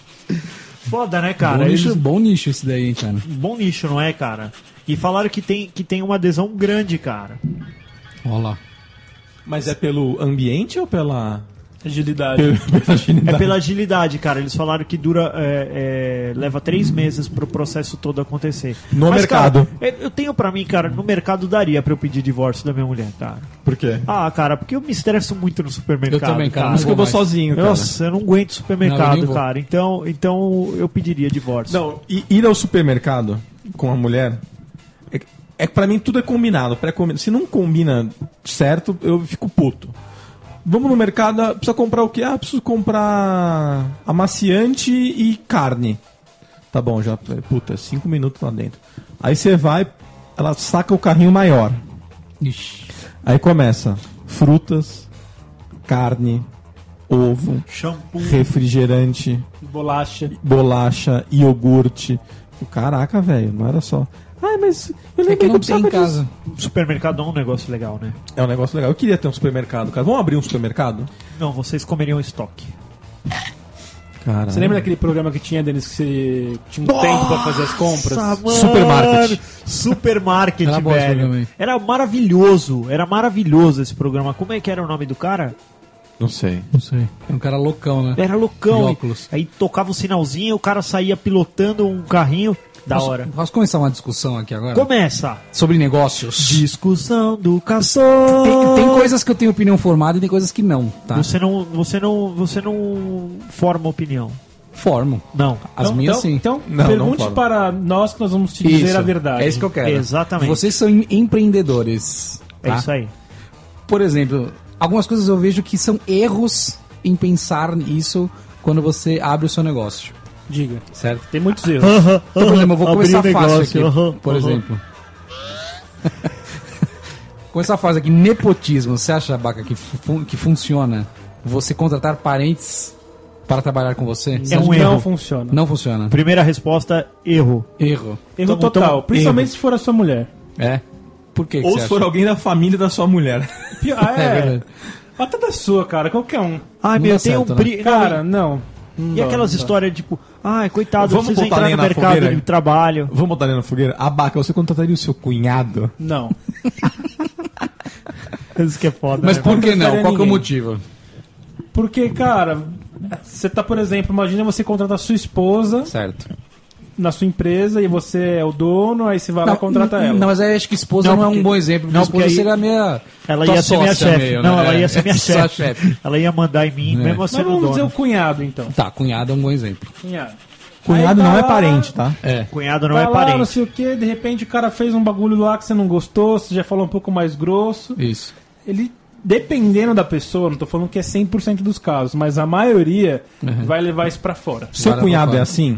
Foda, né, cara? bom, Eles- nicho, bom nicho esse daí, hein, cara. bom nicho, não é, cara? E falaram que tem, que tem uma adesão grande, cara. Olha lá. Mas é pelo ambiente ou pela, É. Agilidade. pela, pela É agilidade? pela agilidade, cara. Eles falaram que dura. é, é, leva três meses pro processo todo acontecer. No mercado. Cara, é, eu- eu tenho pra mim, cara, no mercado daria pra eu pedir divórcio da minha mulher, cara. Por quê? Ah, cara, porque eu me estresso muito no supermercado. Eu também, cara, Por isso que eu vou mais. sozinho, cara. Nossa, eu não aguento Não, eu supermercado, nem vou. cara. Então, então eu pediria divórcio. Não, e ir ao supermercado com a mulher. É, é que pra mim tudo é combinado, pré-combinado. Se não combina certo, eu fico puto. Vamos no mercado, ah, precisa comprar o quê? Ah, preciso comprar amaciante e carne. Tá bom, já. Puta, cinco minutos lá dentro. Aí você vai, ela saca o carrinho maior. Ixi. Aí começa frutas, carne, ovo, Shampoo. refrigerante, Bolacha. bolacha, iogurte. Caraca, velho, não era só. Ai, mas eu É lembro que não precisava tem em disso. casa. Supermercado é um negócio legal, né? É um negócio legal. Eu queria ter um supermercado, cara. Vamos abrir um supermercado? Não, vocês comeriam estoque. Cara. Você lembra daquele programa que tinha, Denis, que você tinha um tempo pra fazer as compras? Supermarket. Supermarket, Era bom esse programa velho. aí. Era maravilhoso. Era maravilhoso esse programa. Como é que era o nome do cara? Não sei. Não sei. É um cara loucão, né? Era De loucão. óculos. Aí tocava o sinalzinho, o cara saía pilotando um carrinho. Da Posso- hora. Posso começar uma discussão aqui agora? Começa. Sobre negócios. Discussão do caçador. Tem, tem coisas que eu tenho opinião formada e tem coisas que não, tá? Você não, você não, você não forma opinião. Formo. Não. As minhas então, sim. Então, Não, pergunte não fala. para nós que nós vamos te dizer a verdade. É isso que eu quero. Exatamente. Vocês são em- empreendedores. É tá? isso aí. Por exemplo, algumas coisas eu vejo que são erros em pensar nisso quando você abre o seu negócio. Diga. Certo? Tem muitos erros. Então, por exemplo, eu vou Abrir começar o fácil aqui. negócio, aham, por aham. exemplo. começar fácil aqui. Nepotismo. Você acha, Baca, que, fun- que funciona você contratar parentes para trabalhar com você? Você É acha um que não erro. funciona. Não funciona. Primeira resposta, erro. Erro. Erro Então, total. então, principalmente se for a sua mulher. É. Por que, que Ou você se for acha? alguém da família da sua mulher. Pior- ah, É é. verdade. Até da sua, cara. Qualquer um. Ai, Não meu, dá eu tenho certo, né? um bri... Cara, Cara, não. é. Não e dá, aquelas não dá. história tipo, ai, coitado, eu Vamos preciso botar entrar lenha no na mercado fogueira? de trabalho. Vamos botar ele na fogueira? Abaca, você contrataria o seu cunhado? Não. Isso que é foda. Mas né? por que não? Qual contrataria que é o ninguém. motivo? Porque, cara, você tá, por exemplo, imagina você contratar sua esposa Certo. na sua empresa e você é o dono, aí você vai lá e contrata ela. Não, mas aí acho que esposa não, Não, é um porque- bom exemplo. porque não, esposa porque aí seria a minha. Ela tua ia ser minha sócia chefe. meio, não, Tá né? ela É, ia ser minha só chefe. Ela ia mandar em mim, É. mesmo Mas assim vamos no dizer o dono. cunhado, então. Tá, cunhada é um bom exemplo. Cunhado. Cunhado Aí tá não é lá- parente, tá? É. Cunhado não Vai é lá, não parente. sei o que, de repente o cara fez um bagulho lá que você não gostou, você já falou um pouco mais grosso. Isso. Ele, dependendo da pessoa, não tô falando que é 100% dos casos, mas a maioria vai levar isso pra fora. Seu Agora cunhado eu vou é assim?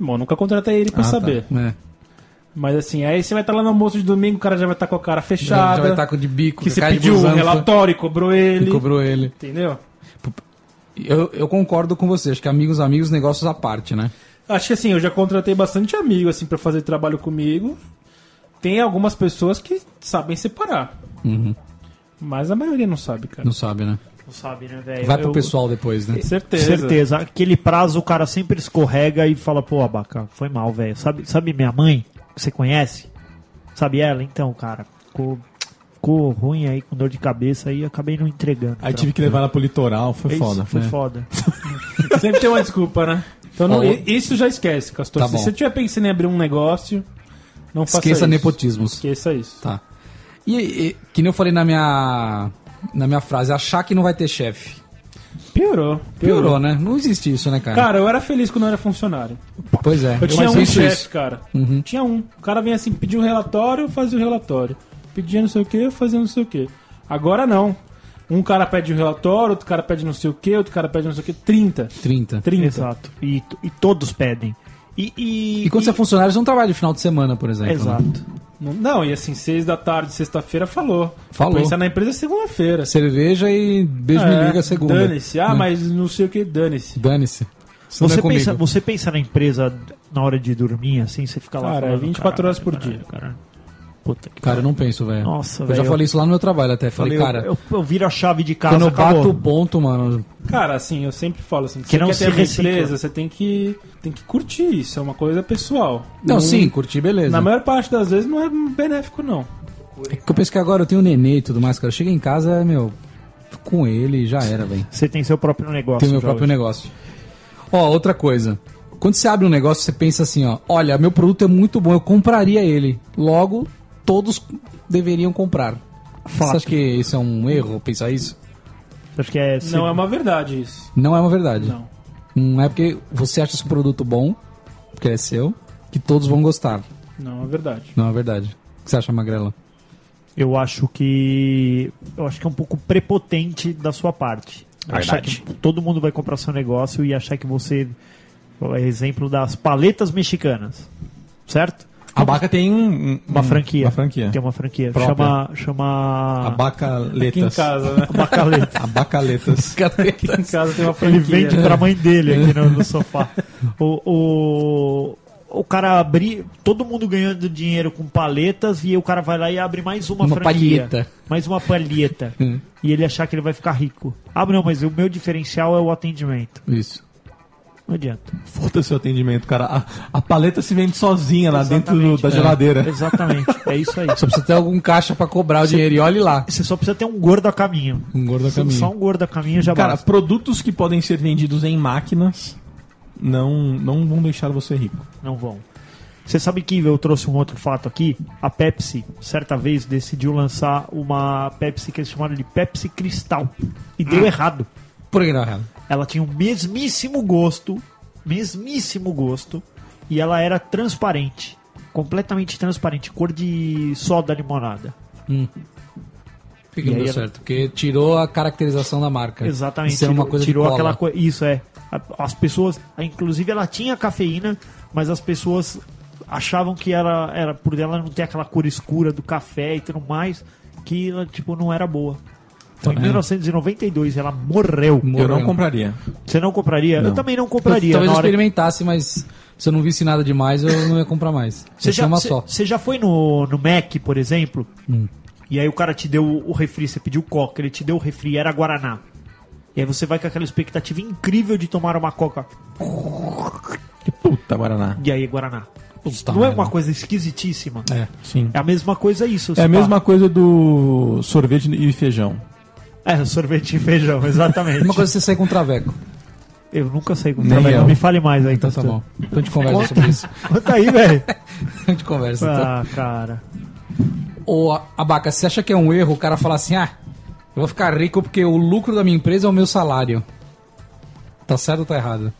Bom, eu nunca contratei ele pra Ah, tá. saber. É. Mas assim, aí você vai estar lá no almoço de domingo, o cara já vai estar com a cara fechada. Já vai estar com de bico, que você cara de pediu um busanfa, relatório, e cobrou ele. e cobrou ele. Entendeu? Eu, eu concordo com você, acho que amigos, amigos, negócios à parte, né? Acho que assim, eu já contratei bastante amigo assim para fazer trabalho comigo. Tem algumas pessoas que sabem separar. Mas a maioria não sabe, cara. Uhum. Não sabe, né? Não sabe, né, velho? Vai pro Eu- pessoal depois, né? Certeza. Certeza. Aquele prazo o cara sempre escorrega e fala, pô, abaca, foi mal, velho. Sabe, sabe minha mãe? Que você conhece? Sabe ela? Então, cara, ficou, ficou ruim aí, com dor de cabeça e acabei não entregando. então. Aí tive que levar ela pro litoral, foi É isso, foda. Foi né? foda. Sempre tem uma desculpa, né? Então não- Ó, i- isso já esquece, Castor. Tá Se bom. você estiver pensando em abrir um negócio, não faça Esqueça isso. nepotismos. Esqueça isso. Tá. E, e que nem eu falei na minha, na minha frase, achar que não vai ter chefe. Piorou. Piorou, né? Não existe isso, né, cara? Cara, eu era feliz quando eu era funcionário. pois é. Eu tinha Mas um isso, chefe, isso. Uhum. cara. Tinha um. O cara vinha assim, pedia um relatório, eu fazia o relatório. Pedia não sei o que, eu fazia não sei o que. Agora não. Um cara pede o relatório, outro cara pede não sei o que, outro cara pede não sei o que. 30. 30. 30. Exato. E, e todos pedem. E, e, E quando você é funcionário, você não trabalha de final de semana, por exemplo. né? Exato. Não, não, e assim, seis da tarde, sexta-feira, falou. Falou. Pensa na empresa segunda-feira. Assim, Cerveja e beijo me É, liga segunda. Dane-se. Ah, Né? mas não sei o que, dane-se. Dane-se. Isso não Você, é comigo. pensa, você pensa na empresa na hora de dormir, assim, você fica lá. Cara, é 24 horas por caralho, dia. Caralho. Puta que Cara, eu não penso, velho. Nossa, Eu velho, já eu- falei isso lá no meu trabalho até. Falei, eu- cara, eu, eu viro a chave de casa, quando eu acabou. bato o ponto, mano. Cara, assim, eu sempre falo assim, que Que você não quer se ter uma recicla. empresa, você tem que, tem que curtir isso, é uma coisa pessoal. Não, sim, hum, curti, beleza. Na maior parte das vezes não é benéfico, não. É que eu penso que agora eu tenho nenê e tudo mais, cara. Chega em casa, meu, fico com ele e já era, velho. Você tem seu próprio negócio. Tenho meu já próprio hoje. negócio. Ó, outra coisa. Quando você abre um negócio, você pensa assim, ó, olha, meu produto é muito bom, eu compraria ele. Logo, todos deveriam comprar. Você acha que isso é um erro, pensar isso? Acho que é. Não é uma verdade isso. Não é uma verdade. Não. Não é porque você acha esse produto bom, porque ele é seu, que todos vão gostar. Não é verdade. Não é verdade. O que você acha, Magrela? Eu acho que. Eu acho que é um pouco prepotente da sua parte. Achar que todo mundo vai comprar seu negócio e achar que você. é Exemplo das paletas mexicanas. Certo? A Abaca tem um- um- Hum, Uma franquia. Uma franquia. Tem uma franquia. Própria. Chama. Chama. Aqui em Abacaletas. casa, né? Bacaleta. Abacaletas. Aqui em casa tem uma Ele franquia. vende pra mãe dele aqui no, no sofá. O, o, o cara abrir. Todo mundo ganhando dinheiro com paletas e o cara vai lá e abre mais uma, Uma franquia. palheta. Hum. Mais uma palheta. e ele achar que ele vai ficar rico. Ah, não, mas o meu diferencial é o atendimento. Isso. Não adianta. Foda-se o atendimento, cara. A, a paleta se vende sozinha lá dentro do- da geladeira. Exatamente. É isso aí. Só precisa ter algum caixa pra cobrar o dinheiro e olhe lá. Você só precisa ter um gordo a caminho. Um gordo a caminho. Só um gordo a caminho já Cara, basta. produtos que podem ser vendidos em máquinas não, não vão deixar você rico. Não vão. Você sabe que eu trouxe um outro fato aqui? A Pepsi, certa vez, decidiu lançar uma Pepsi que eles chamaram de Pepsi Cristal. E deu errado. Por que não, Real? Ela tinha o mesmíssimo gosto, mesmíssimo gosto, e ela era transparente. Completamente transparente, cor de soda limonada. Por que que não E deu aí era- certo? Porque tirou a caracterização da marca. Exatamente. Isso é uma coisa tirou de cola. aquela coisa. Isso é. A- As pessoas, a- inclusive, ela tinha cafeína, mas as pessoas achavam que era, era por ela não ter aquela cor escura do café e tudo mais, que ela, tipo não era boa. Foi É. em 1992 ela morreu. Eu não Morreu. compraria. Você não compraria? Eu também não Eu compraria. talvez na eu hora... experimentasse, mas se eu não visse nada demais, eu não ia comprar mais. Você Você já, chama você- só. Hum. você já foi no, no Mac, por exemplo, e aí o cara te deu o refri, você pediu coca, ele te deu o refri, era Guaraná. E aí você vai com aquela expectativa incrível de tomar uma coca. Que puta, Guaraná. E aí, Guaraná. Puta não é merda. uma coisa esquisitíssima. É. É. Sim. a mesma coisa isso. tá- É se a pá. mesma coisa do sorvete e feijão. É, sorvete e feijão, exatamente. Uma coisa é você sair com um traveco. Eu nunca sei como Nem tá, velho. eu. Não me fale mais aí. Então tá Castor. bom. Então a gente conversa sobre isso. Conta aí, velho. A gente conversa. então. Ah, cara. Ah. Ô, Abaca, você acha que é um erro o cara falar assim, ah, eu vou ficar rico porque o lucro da minha empresa é o meu salário? Tá certo ou tá errado?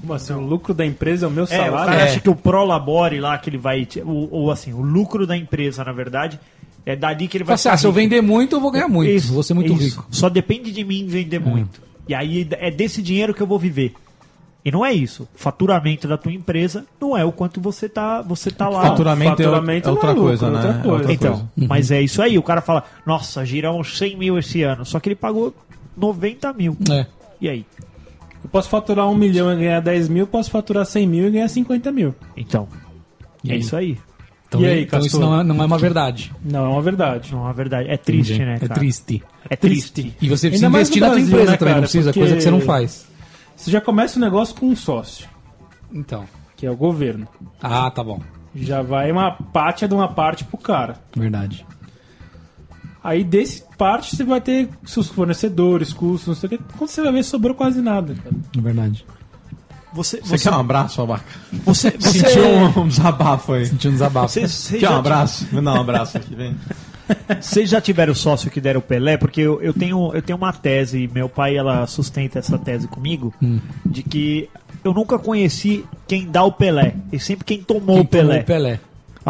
Como assim? O lucro da empresa é o meu É, o salário. cara É. acha que o prolabore lá que ele vai... te- Ou, ou assim, o lucro da empresa, na verdade, é dali que ele Fala vai... assim, ah, se eu ficar rico. vender muito, eu vou ganhar muito. Isso, vou ser muito isso. rico. É. Só depende de mim vender muito. E aí é desse dinheiro que eu vou viver. E não é isso. O faturamento da tua empresa não é o quanto você tá, você tá lá. Faturamento, é o- faturamento é, outra não é lucro, coisa, é né? outra É coisa. Então, coisa. mas é isso aí. O cara fala, nossa, giramos 100 mil esse ano. Só que ele pagou 90 mil. É. E aí? Eu posso faturar um milhão e ganhar 10 mil, posso faturar 100 mil e ganhar 50 mil. Então, é isso aí. Então, E aí, então isso Castor? não é, não é uma verdade. Não, é uma verdade. Não, é verdade. É triste, Entendi. né, É cara? triste. É triste. E você precisa Ainda mais investir no na tua Brasil, empresa né, também, não cara? precisa, Porque- coisa que você não faz. Você já começa o negócio com um sócio, Então. que é o governo. Ah, tá bom. Já vai uma pátia de uma parte pro cara. Verdade. Aí desse parte você vai ter seus fornecedores, custos, não sei o que. Quando você vai ver, sobrou quase nada, cara. Verdade. Você, Você, você, quer um abraço, Abaca? você, você, Sentiu um, um desabafo aí. Tinha um desabafo. você- você Quer um já- abraço? Vou dar um abraço aqui, vem. Vocês já tiveram sócio que deram o Pelé? Porque eu, eu tenho, eu tenho uma tese, meu pai ela sustenta essa tese comigo, de que eu nunca conheci quem dá o Pelé, e sempre quem tomou Quem o Pelé. tomou o Pelé.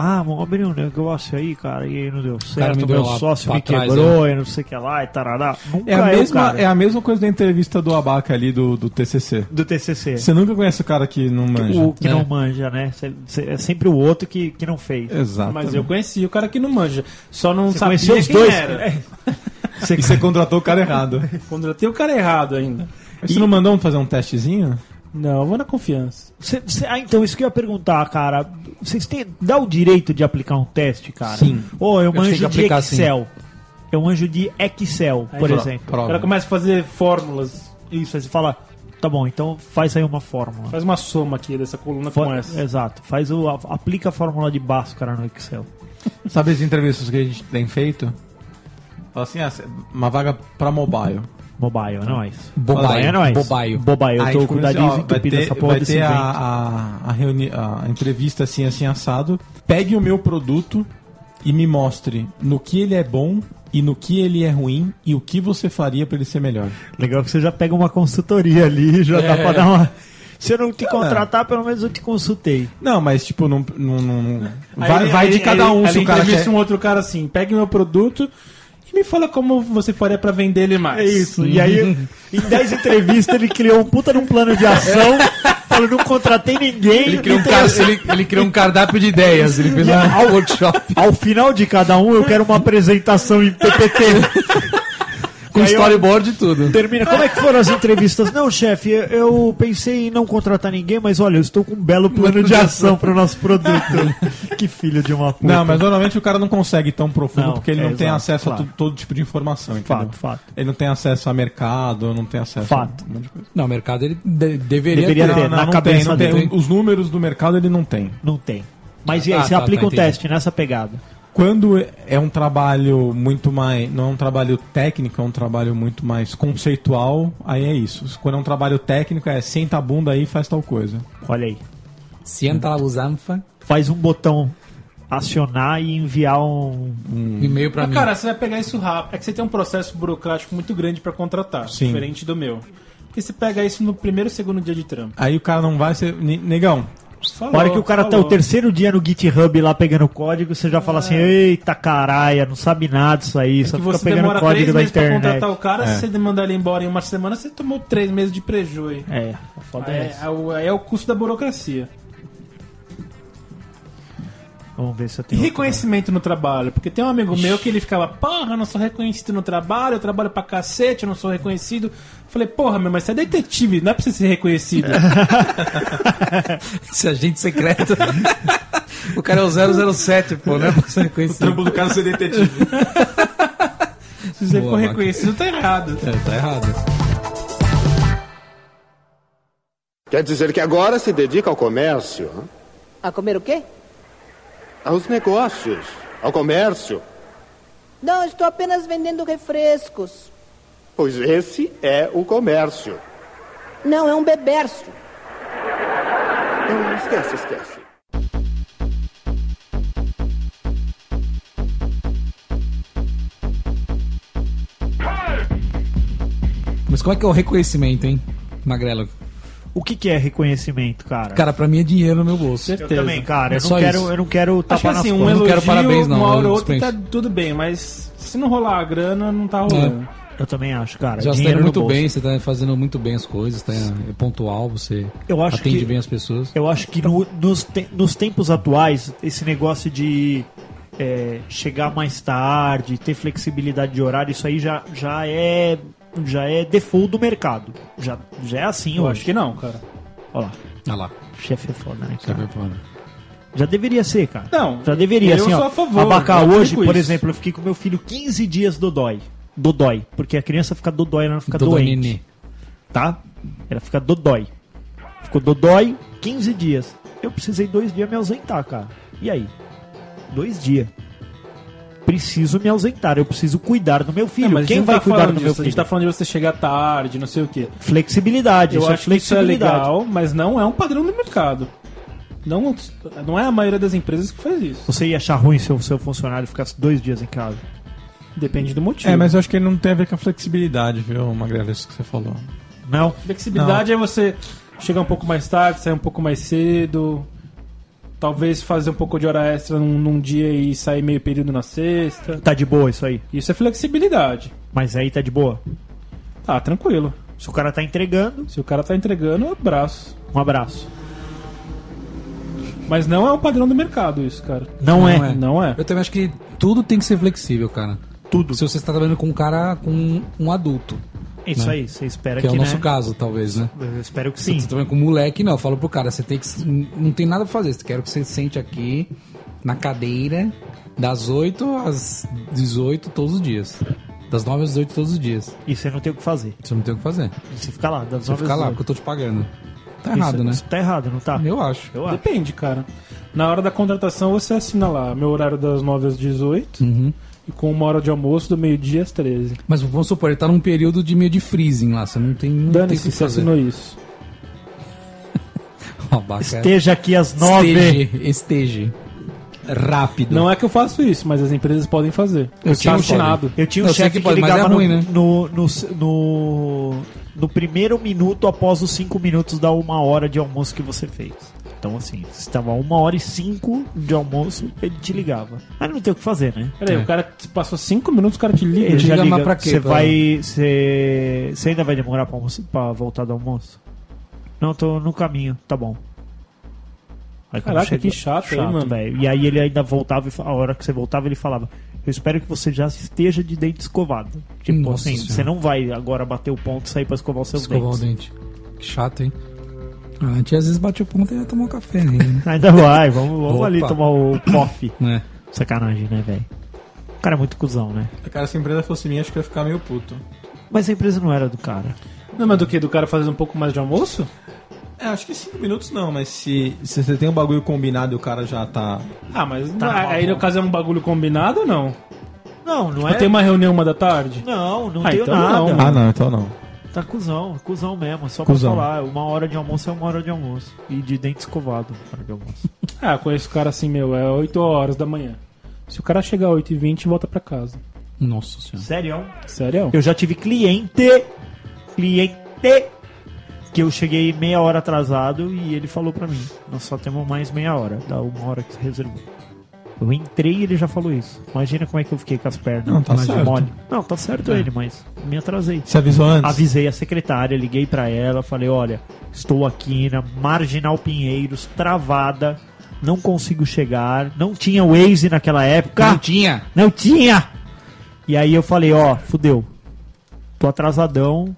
Ah, vamos abrir um negócio aí, cara, e aí não deu cara certo, me o deu meu lá sócio pra me trás, quebrou, e não sei o que lá, e tarará. Nunca É a, eu, mesma, cara, é a mesma coisa da entrevista do Abaca ali do, do TCC. do TCC. Você nunca conhece o cara que não manja. O que É. não manja, né? Cê- cê- É sempre o outro que, que não fez. Exato. Mas eu conheci o cara que não manja. Só não Você sabia conheceu os quem dois? era. É, Você- E você contratou o cara errado. Contratei o cara errado ainda. Você não mandou um fazer um testezinho? Não, eu vou na confiança. Tá Cê- cê- ah, então, isso que eu ia perguntar, cara. Vocês têm. Dá o direito de aplicar um teste, cara? Sim. Ou eu Acho que tem que manjo de aplicar, Excel. Eu manjo de Excel, É, por prova. exemplo. O cara Prova. começa a fazer fórmulas. Isso, aí você fala, tá bom, então faz aí uma fórmula. Faz uma soma aqui dessa coluna Fa- com é, essa. Exato. Faz o, a- aplica a fórmula de Bhaskara no Excel. Sabe as entrevistas que a gente tem feito? Fala assim, ah, uma vaga pra mobile. Mobile, é nóis. Bobaio, Mobile, é nóis. bobaio. Bobaio. Eu Aí, tô tipo, com o assim, nariz ó, vai entupido ter, dessa porra vai desse ter a, vento. a, a reuni- a entrevista assim, assim, assado. Pegue o meu produto e me mostre no que ele é bom e no que ele é ruim e o que você faria pra ele ser melhor. Legal que você já pega uma consultoria ali, já dá É. pra dar uma. Se eu não Ah. te contratar, pelo menos eu te consultei. Não, mas tipo, não. não- não- não- Aí vai ele- vai de ele- cada um ele, se ele o cara entrevista quer. um outro cara assim, pegue meu produto e me fala como você faria pra vender ele mais. É isso. E aí, em 10 entrevistas, ele criou um puta de um plano de ação. Falou, não contratei ninguém. Ele criou, um e car- tem- ele- ele criou um cardápio de ideias, ele fez um workshop Ao final de cada um, eu quero uma apresentação em PPT. com Aí eu- storyboard e tudo. Termina. Como é que foram as entrevistas? Não, chefe, eu- eu pensei em não contratar ninguém, mas olha, eu estou com um belo plano de ação para o nosso produto. que filho de uma puta. Não, mas normalmente o cara não consegue ir tão profundo Não, porque ele é não tem exato, acesso a claro. tu- todo tipo de informação, entendeu? Fato, fato. Ele não tem acesso a mercado, não tem acesso Fato. a um monte de coisa. Não, o mercado ele de- deveria, Deveria ter. ter. É, Não, não, na não tem, cabeça não tem. dele. Os números do mercado ele não tem. Não tem. Mas e aí, Ah, você tá, aplica tá, um entendi. teste nessa pegada? Quando é um trabalho muito mais. Não é um trabalho técnico, é um trabalho muito mais conceitual, aí é isso. Quando é um trabalho técnico, é senta a bunda aí e faz tal coisa. Olha aí. Senta a usanfa, Faz um botão acionar e enviar um. e-mail pra Mas, mim. cara, você vai pegar isso rápido. É que você tem um processo burocrático muito grande pra contratar, Sim. diferente do meu. Porque você pega isso no primeiro, segundo dia de trampo. Aí o cara não vai ser. ne- Negão, Falou, Na hora que o cara tá falou. É. o terceiro dia no GitHub lá pegando código, você já fala assim: eita caralho, não sabe nada isso aí, Que só fica você pegando demora código três da meses pra internet. contratar o cara, É. se você demandar ele embora em uma semana, você tomou três meses de prejuízo. aí. É, foda é Aí, essa. é o- aí é o custo da burocracia. Vamos ver se eu E tenho. outro. reconhecimento no trabalho, porque tem um amigo meu que ele ficava, porra, eu não sou reconhecido no trabalho, eu trabalho pra cacete, eu não sou reconhecido. Eu Falei, porra, meu, mas você é detetive, não é pra você ser reconhecido. Esse agente secreto. o cara é o 007, pô, né? Você reconhece. do é cara ser detetive. Se você Boa, for Max. reconhecido, tá errado. É, tá errado. Quer dizer que agora se dedica ao comércio, hã? A comer o quê? aos negócios, ao comércio. Não, estou apenas vendendo refrescos. Pois esse é o comércio. Não, é um beberço. Não, esquece, esquece. Mas como é que é o reconhecimento, hein? Magrelo. O que, que é reconhecimento, cara? Cara, pra mim é dinheiro no meu bolso. eu também, cara. É Eu só não, quero, isso. eu não quero Acho que tapar assim, nas Eu costas. um não elogio, quero parabéns, não, uma hora eu ou outra tá dispenso. tudo bem, mas se não rolar a grana, não É. tá rolando. Eu também acho, cara. Já você tá dinheiro indo no muito bolso. bem, você tá fazendo muito bem as coisas, tá é pontual, você Eu acho atende que- bem as pessoas. Eu acho que no- nos, te- nos tempos atuais, esse negócio de é, chegar mais tarde, ter flexibilidade de horário, isso aí já, já é já é default do mercado. Já, já é assim, Eu hoje. acho que não, cara. Olha lá, Olha lá, chefe é foda, né, tá cara? preparado. Já deveria ser, cara. Não, já deveria, eu assim, sou ó. a favor, Abacá eu hoje, aplico por isso. exemplo, eu fiquei com meu filho 15 dias dodói. Dodói, porque a criança fica dodói, né? ela não fica Dodói doente, nenê. tá? Ela fica dodói. Ficou dodói 15 dias. Eu precisei dois dias me ausentar, cara. E aí? Dois dias. Preciso me ausentar, eu preciso cuidar do meu filho. Não, mas a gente Quem não vai tá cuidar falando do meu disso, A filho? gente tá falando de você chegar tarde, não sei o quê. Flexibilidade, Eu isso é acho que isso é flexibilidade. legal, mas não é um padrão do mercado. Não, não é a maioria das empresas que faz isso. Você ia achar ruim se o seu funcionário ficasse dois dias em casa? Depende do motivo. É, mas eu acho que ele não tem a ver com a flexibilidade, viu, Magrela, isso que você falou. Não? Flexibilidade é você chegar um pouco mais tarde, sair um pouco mais cedo, talvez fazer um pouco de hora extra num, num dia e sair meio período na sexta. Tá de boa isso aí. Isso é flexibilidade. Mas aí tá de boa. Tá, tranquilo. Se o cara tá entregando, Se o cara tá entregando, abraço. um abraço. Mas não é um padrão do mercado isso, cara. Não, é. Não é. Eu também acho que tudo tem que ser flexível, cara. Tudo. Se você está trabalhando com um cara, com um adulto, Isso Né? aí, você espera que que, é o nosso né? caso, talvez, né? Eu espero que Você sim. tá trabalhando com moleque, não. Eu falo pro cara, você tem que. Não tem nada pra fazer. Eu Quero que você sente aqui na cadeira das 8 às 18 todos os dias. Das 9 às 18 todos os dias. E você não tem o que fazer. Você não tem o que fazer. Você fica lá, das Você nove fica às lá, oito. porque eu tô te pagando. Tá Isso- errado, né? Isso tá errado, não tá? Eu acho. Eu acho. Depende, cara. Na hora da contratação, você assina lá meu horário das 9 às 18 e com uma hora de almoço do meio-dia às 13. Mas vamos supor, ele tá num período de meio de freezing lá. Você não tem. não tem o Dane-se, que você fazer. assinou isso. Ó, bacana. Esteja aqui às nove. Esteja. Esteja. Rápido. Não é que eu faço isso, mas as empresas podem fazer. Eu Tá tinha um assinado. Eu tinha um Eu sei chefe que que pode, mas ligava é ruim, no, né? no, no, no- no primeiro minuto após os cinco minutos da uma hora de almoço que você fez. Então, assim, se estava uma hora e cinco de almoço, ele te ligava. Mas não tem o que fazer, né? Peraí, É. o cara te passou cinco minutos, o cara te liga. Ele já liga, liga. mas pra quê? Você Pra- vai. Você você ainda vai demorar pra, almoço, pra voltar do almoço? Não, tô no caminho, tá bom. Aí quando Caraca, que chato, hein, mano? velho. E aí ele ainda voltava, e fa- a hora que você voltava, ele falava: Eu espero que você já esteja de dente escovado. Tipo Nossa assim, Senhora. você não vai agora bater o ponto e sair pra escovar os seus Escovar o dentes. dente. Que chato, hein? Ah, A gente às vezes bate o ponto e vai tomar um café ainda, né? Ainda vai, vamos, vamos Opa. ali tomar o coffee. né? Sacanagem, né, velho? O cara é muito cuzão, né? Cara, se a empresa fosse minha, acho que eu ia ficar meio puto. Mas a empresa não era do cara. Não, mas do que? Do cara fazer um pouco mais de almoço? É, acho que cinco minutos não, mas se, se você tem um bagulho combinado e o cara já tá. Ah, mas Tá ah, bom. aí no caso é um bagulho combinado ou não? Não, não Eu é. tenho uma reunião uma da tarde? Não, não Ah, tenho então nada. não. Ah, não, então não. Tá cuzão, cuzão mesmo, é só Cuzão. pra falar. Uma hora de almoço é uma hora de almoço. E de dente escovado, hora de almoço. Ah, eu conheço o cara assim, meu, é 8 horas da manhã. Se o cara chegar às 8h20, volta pra casa. Nossa senhora. Sério? Sério? Eu já tive cliente, cliente, que eu cheguei meia hora atrasado e ele falou pra mim: Nós só temos mais meia hora, dá uma hora que você reservou. Eu entrei e ele já falou isso. Imagina como é que eu fiquei com as pernas Não, tá mais certo. É. mole. Não, tá certo ele, mas me atrasei. Você avisou antes? Avisei a secretária, liguei pra ela, falei: olha, estou aqui na Marginal Pinheiros, travada, não consigo chegar, não tinha Waze naquela época, não, Cartinha! tinha! E aí eu falei: ó, fudeu, tô atrasadão,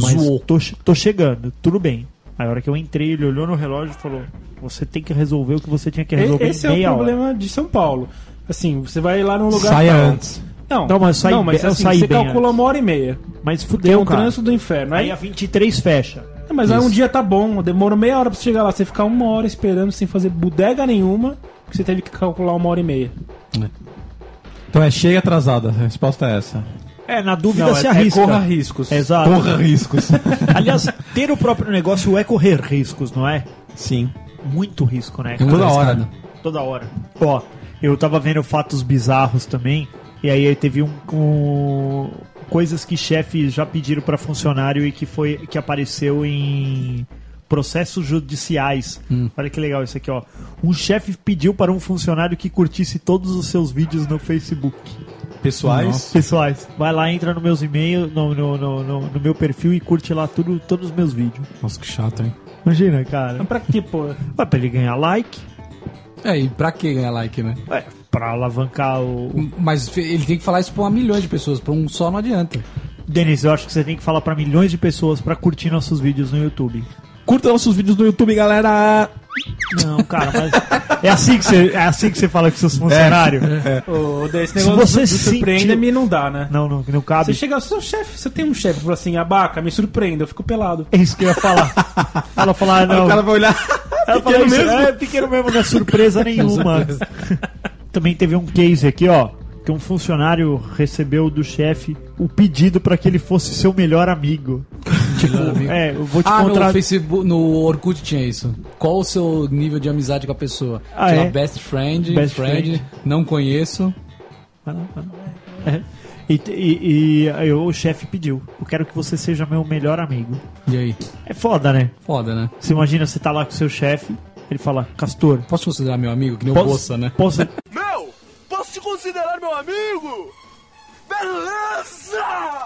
mas Zoou. tô, che- tô chegando, tudo bem. Aí a hora que eu entrei, ele olhou no relógio e falou: você tem que resolver o que você tinha que resolver em Esse é o meia hora. problema de São Paulo. Assim, você vai lá num lugar. Saia tal. antes. Não, Não, mas eu saí não, mas bem- eu assim, saí você bem calcula antes. uma hora e meia. Mas Tem fudeu, um cara. trânsito do inferno. Aí Aí, a 23 fecha. É, mas aí um dia tá bom, demora meia hora pra você chegar lá. Você ficar uma hora esperando sem fazer bodega nenhuma, porque você teve que calcular uma hora e meia. Então é chega atrasada, a resposta é essa. É, na dúvida se é, arrisca. é corra riscos. Exato. Corra riscos. Aliás, ter o próprio negócio é correr riscos, não é? Sim. Muito risco, né? É cara? muito hora. arriscado. Toda hora. Ó, eu tava vendo fatos bizarros também, e aí teve um com coisas que chefes já pediram pra funcionário e que foi que apareceu em processos judiciais. Olha que legal isso aqui, ó. Um chefe pediu para um funcionário que curtisse todos os seus vídeos no Facebook. Pessoais. Pessoais, vai lá, entra no meus e-mails, no, no, no, no, no meu perfil e curte lá tudo, todos os meus vídeos. Nossa, que chato, hein? Imagina, cara. Mas pra que, pô? Ué, pra ele ganhar like, É, e pra que ganhar like, né? ué, pra alavancar o. Mas fe- ele tem que falar isso pra um milhão de pessoas, pra um só não adianta. Denis, eu acho que você tem que falar pra milhões de pessoas pra curtir nossos vídeos no YouTube. Curta nossos vídeos no YouTube, galera. Não, cara, mas. É assim que você, é assim que você fala com seus funcionários? É. Ô, daí esse Se negócio você do, do sentiu- surpreenda-me não dá, né? Não, não, não cabe. Você chega, seu chefe, você tem um chefe, fala assim, abaca, me surpreenda, eu fico pelado. É isso que eu ia falar. Ela falar, ah, não. O cara vai olhar. Ela fala isso, É pequeno mesmo, não é surpresa nenhuma. Também teve um case aqui, ó. Que um funcionário recebeu do chefe o pedido pra que ele fosse seu melhor amigo. tipo, é, eu vou te Ah, no contratar. Facebook, no Orkut tinha isso. Qual o seu nível de amizade com a pessoa? Ah, tinha é? best friend, Best friend, friend. não conheço. É. E, e- e aí o chefe pediu: Eu quero que você seja meu melhor amigo. E aí? É foda, né? Foda, né? Você imagina, você tá lá com seu chefe, ele fala: Castor, Posso te considerar meu amigo? Que nem o Bolsa, né? Posso... Meu, posso te considerar meu amigo? Beleza!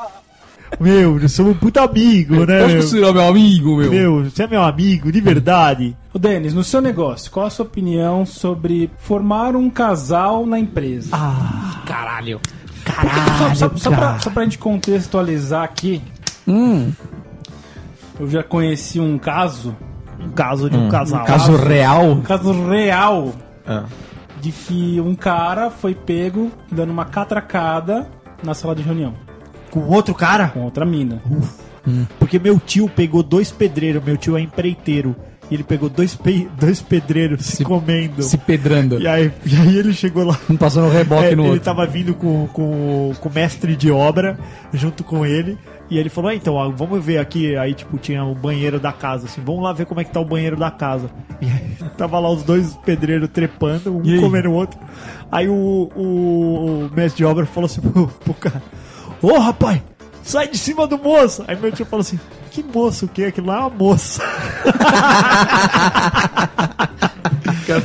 Meu, eu sou um puta amigo, né? Posso te considerar É, meu amigo, meu? Meu? meu, você é meu amigo, de verdade. Ô, Denis, no seu negócio, qual a sua opinião sobre formar um casal na empresa? Ah, Caralho. só, só, só, pra, só pra gente contextualizar aqui, Hum, eu já conheci um caso, Um caso de um casal. Caso real. um caso real, Ah. de que um cara foi pego dando uma catracada na sala de reunião Com outro cara? com outra mina. Uh, Porque meu tio pegou dois pedreiros, meu tio é empreiteiro. E ele pegou dois, pe- dois pedreiros se, comendo. se pedrando. E, aí, e aí ele chegou lá. Um passando o reboque É, no ele tá- outro. tava vindo com, com, com o mestre de obra junto com ele. E ele falou: ah, então, ó, vamos ver aqui. Aí, tipo, tinha o banheiro da casa, assim, vamos lá ver como é que tá o banheiro da casa. E aí, tava lá os dois pedreiros trepando, um comendo o outro. Aí o, o, o mestre de obra falou assim pro, pro cara: Ô rapaz, sai de cima do moço! Aí meu tio falou assim: Que moço, o que? Aquilo lá é uma moça.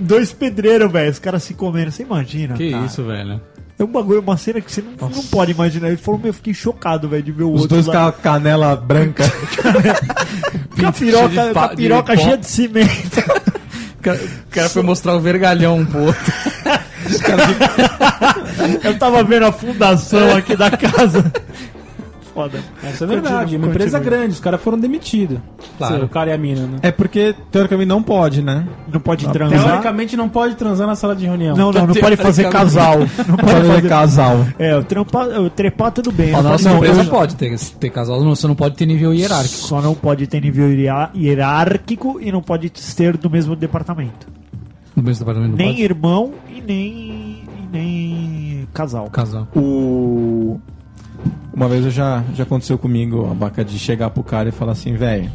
Dois pedreiros, velho, os caras se comendo, você imagina. Que cara? isso, velho. É um bagulho, uma cena que você não, não pode imaginar. Ele falou, meu, eu fiquei chocado, velho, de ver o Os outro dois com lá. a canela branca. Com a cheio piroca, de com a pa- piroca de pó. cheia de cimento. O cara, o cara foi mostrar o vergalhão pro outro. Eu tava vendo a fundação aqui da casa. Foda. Isso é verdade, uma empresa grande, os caras foram demitidos. Claro. Sim, O cara e a mina, né? É porque, teoricamente, não pode, né? Não pode transar. Teoricamente não pode transar na sala de reunião. Ah, Não, não, não pode fazer casal. Não pode Olha, fazer casal. casal. É, o trepar, o trepar tudo bem. Ó, na nossa Não, empresa eu- pode ter, ter casal, não, você não pode ter nível hierárquico. Só não pode ter nível hierar- hierárquico e não pode ser do mesmo departamento. No mesmo departamento não nem pode. irmão e nem, e nem casal. Casal. O... Uma vez eu já, já aconteceu comigo, a vaca de chegar pro cara e falar assim, velho,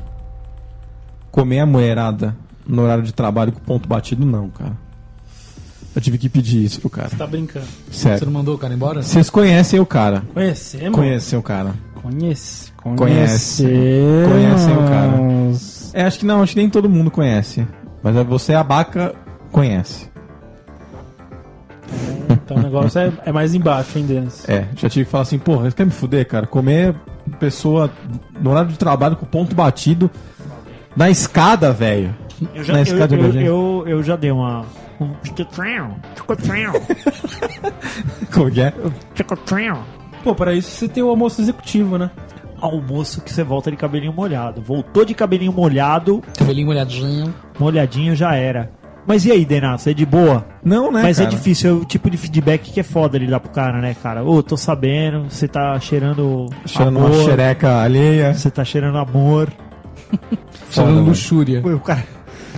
comer a mulherada no horário de trabalho com ponto batido, não, cara. Eu tive que pedir isso pro cara. Tá brincando. Você Sério. não mandou o cara embora? Vocês conhecem o cara. Conhecemos? Conhecem o cara. Conhece. Conhece. Conhecem o cara. É, acho que não, acho que nem todo mundo conhece. Mas é você, a vaca, conhece. Então o negócio é, é mais embaixo, hein, Denis? É, já tive que falar assim, porra, você quer me fuder, cara? Comer pessoa no horário de trabalho com ponto batido na escada, velho. Eu Na já, eu, escada de eu, emergência. eu- eu já dei uma. Um tchicotrão, tchicotrão, Como que é? tchicotrão. Pô, para isso você tem o almoço executivo, né? Almoço que você volta de cabelinho molhado. Voltou de cabelinho molhado, Cabelinho molhadinho. molhadinho já era. Mas e aí, Denato? É de boa? Não, né? Mas é cara? difícil, é o tipo de feedback que é foda ele dar pro cara, né, cara? Ô, tô sabendo, você tá cheirando. Achando uma amor, xereca alheia. Você tá cheirando amor. um Foda, Chamando velho. luxúria. Pô, O cara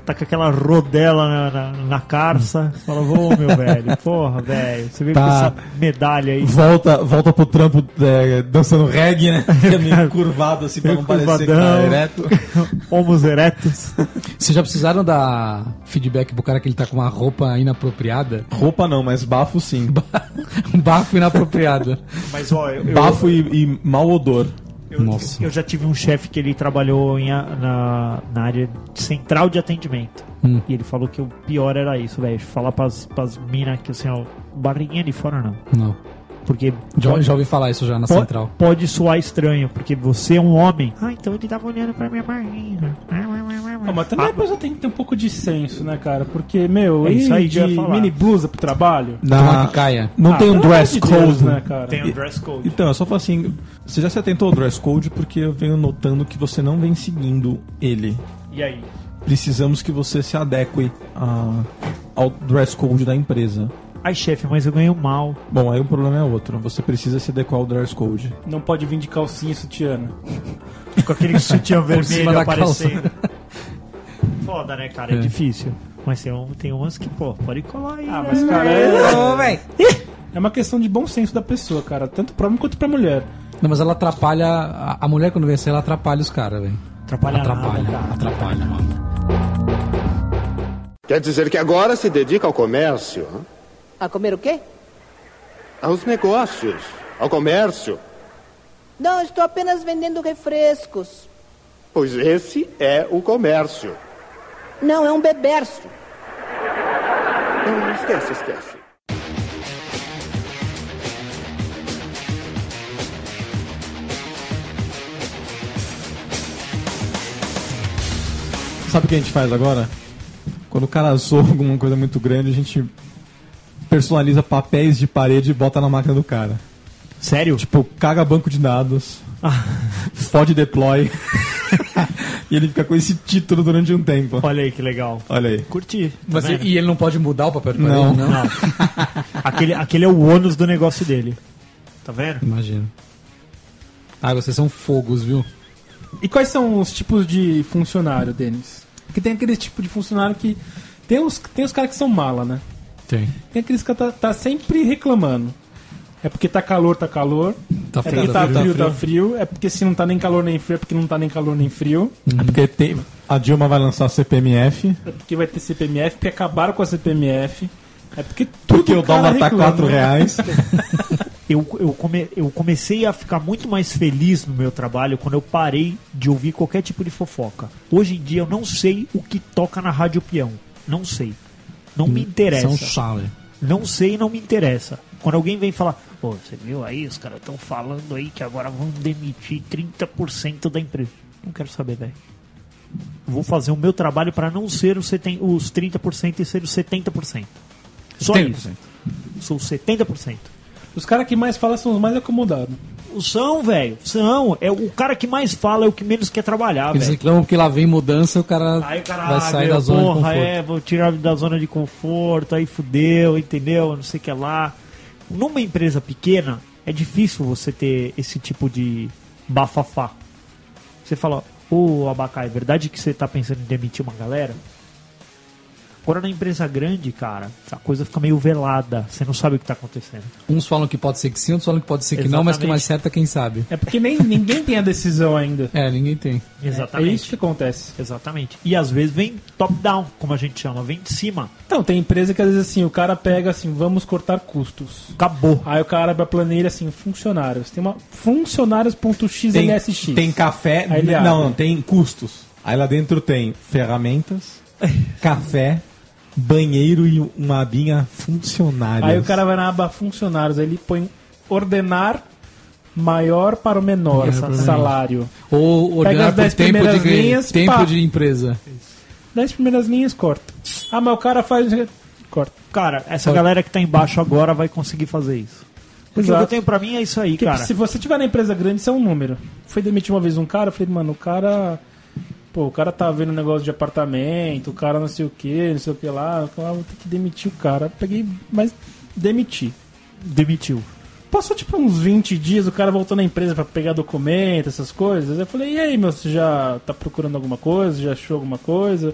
tá com aquela rodela na, na, na carça. Fala, ô meu velho, porra, velho. Você veio Tá. com essa medalha aí. Volta, volta pro trampo é, dançando reggae, né? Que é meio curvado assim pra não parecer que tá Curvadão. ereto. Homos erectos. Vocês já precisaram dar feedback pro cara que ele tá com uma roupa inapropriada? Roupa não, mas bafo sim. Um bafo inapropriado. Mas ó, eu, Bafo e, e mau odor. eu, Nossa. eu já tive um chefe que ele trabalhou em a- na, na área de central de atendimento. Hum. E ele falou que o pior era isso, velho. Falar pras, pras minas que assim, ó, barriguinha de fora não. Não. Porque Já, já ouvi falar isso já na po- central. pode soar estranho, porque você é um homem. Ah, então ele tava olhando pra minha barriga. É. Ah, mas também a pessoa tem que ter um pouco de senso, né, cara? Porque, meu, É ir isso aí que de eu ia falar. mini blusa pro trabalho. Tomar Então, que caia. Não Ah, tem um pelo amor dress de code, Deus, né, cara? Tem um- o dress code. Então, eu só falo assim, você já se atentou ao dress code porque eu venho notando que você não vem seguindo ele. E aí? precisamos que você se adeque a- ao dress code da empresa. Ai, chefe, mas eu ganho mal. Bom, aí o problema é outro. Você precisa se adequar ao dress code. Não pode vir de calcinha né? e sutiana. Com aquele sutiã cima vermelho da calça. aparecendo. Foda, né, cara? É, difícil. Mas tem, um, tem umas que, pô, pode colar aí. Ah, né? mas cara, é, velho. é uma questão de bom senso da pessoa, cara. Tanto pra homem quanto pra mulher. Não, mas ela atrapalha. A, a mulher quando vencer, ela atrapalha os Tá caras, velho. Atrapalha nada, Atrapalha, cara. atrapalha, mano. Quer dizer que agora se dedica ao comércio, hã? A comer o quê? aos negócios, ao comércio. Não, estou apenas vendendo refrescos. Pois esse é o comércio. Não, é um beberço. Não, esquece, esquece. Sabe o que a gente faz agora? Quando o cara zoa alguma coisa muito grande, a gente personaliza papéis de parede e bota na máquina do cara. Sério? Tipo, caga banco de dados, Ah. fode deploy. e ele fica com esse título durante um tempo. Olha aí que legal. Olha aí. Curti. tá Mas e, e ele não pode mudar o papel de parede, Não. não? não. Aquele, aquele é o ônus do negócio dele. Tá vendo? Imagina. Ah, vocês são fogos, viu? E quais são os tipos de funcionário, Denis? Porque tem aquele tipo de funcionário que. Tem os, tem os caras que são mala, né? Tem. Tem aqueles que tá, tá sempre reclamando. É porque tá calor, tá calor. Tá é porque frio, tá, tá frio, frio. tá frio. É porque se não tá nem calor nem frio, é porque não tá nem calor nem frio. É porque tem- a Dilma vai lançar a CPMF, É porque vai ter CPMF, porque acabaram com a CPMF. É porque tudo porque o cara dólar tá reclama. né? 4 reais. Eu, eu, come, eu comecei a ficar muito mais feliz no meu trabalho quando eu parei de ouvir qualquer tipo de fofoca. Hoje em dia eu não sei o que toca na Rádio Peão. Não sei. Não me interessa. São chave. Não sei e não me interessa. Quando alguém vem falar, pô, você viu aí, os caras estão falando aí que agora vão demitir 30% da empresa. Não quero saber, velho. Vou fazer o meu trabalho para não ser os, seten- os 30% e ser os 70%. Só 70%. Então é isso. Sou 70%. Os caras que mais falam são os mais acomodados. O São, velho, são. É o cara que mais fala, é o que menos quer trabalhar, Eles velho. reclamam que lá vem mudança e o cara Aí o cara, vai ah, sair meu, da zona de porra, conforto. é, vou tirar da zona de conforto, aí fudeu, entendeu? Não sei o que lá. Numa empresa pequena, é difícil você ter esse tipo de bafafá. Você fala, ô Abacá, é verdade que você tá pensando em demitir uma galera? Agora na empresa grande, cara, a coisa fica meio velada, você não sabe o que tá acontecendo. Uns falam que pode ser que sim, outros falam que pode ser que não, mas que o mais certo é quem sabe. É porque nem, ninguém tem a decisão ainda. É, ninguém tem. É isso que acontece. Exatamente. E às vezes vem top-down, como a gente chama, vem de cima. Então, tem empresa que às vezes assim, o cara pega assim, vamos cortar custos. Acabou. Aí o cara abre a planilha assim, funcionários. Tem uma Tem, funcionários.xnsx. tem café. Aí ele Não, abre. não, tem custos. Aí lá dentro tem ferramentas, café, banheiro e uma abinha funcionária. Aí o cara vai na aba funcionários, aí ele põe ordenar maior para o menor Maior sa- para o menor. salário. Ou Pega olhar as pro dez tempo, de, primeiras ganho- linhas, tempo pá. de empresa. Dez primeiras linhas, corta. Ah, mas o cara faz. Corta. Cara, essa galera que tá embaixo agora vai conseguir fazer isso. Porque o que Exato. eu tenho pra mim é isso aí, Porque cara. se você tiver na empresa grande, isso é um número. Fui demitir uma vez um cara, eu falei, mano, o cara. Pô, o cara tá vendo negócio de apartamento, o cara não sei o que, não sei o que lá. Eu falei, ah, vou ter que demitir o cara. Peguei, mas demiti. Demitiu. Passou tipo uns 20 dias, o cara voltou na empresa pra pegar documento, essas coisas. Eu falei, e aí, meu, você já tá procurando alguma coisa? Já achou alguma coisa?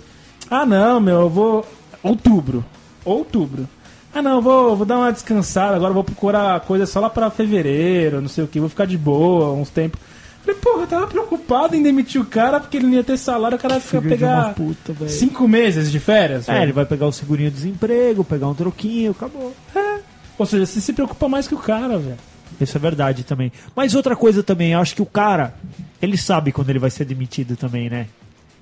Ah, não, meu, eu vou. Outubro. Outubro. Ah, não, eu vou, vou dar uma descansada, agora eu vou procurar coisa só lá pra fevereiro, não sei o que, vou ficar de boa uns tempos. Falei, porra, eu tava preocupado em demitir o cara porque ele não ia ter salário, o cara ia ficar filho de uma pegar puta, velho. cinco meses de férias. É, velho. ele vai pegar o segurinho de desemprego, pegar um troquinho, acabou. "É." Ou seja, você se preocupa mais que o cara, velho. Isso é verdade também. Mas outra coisa também, eu acho que o cara, ele sabe quando ele vai ser demitido também, né?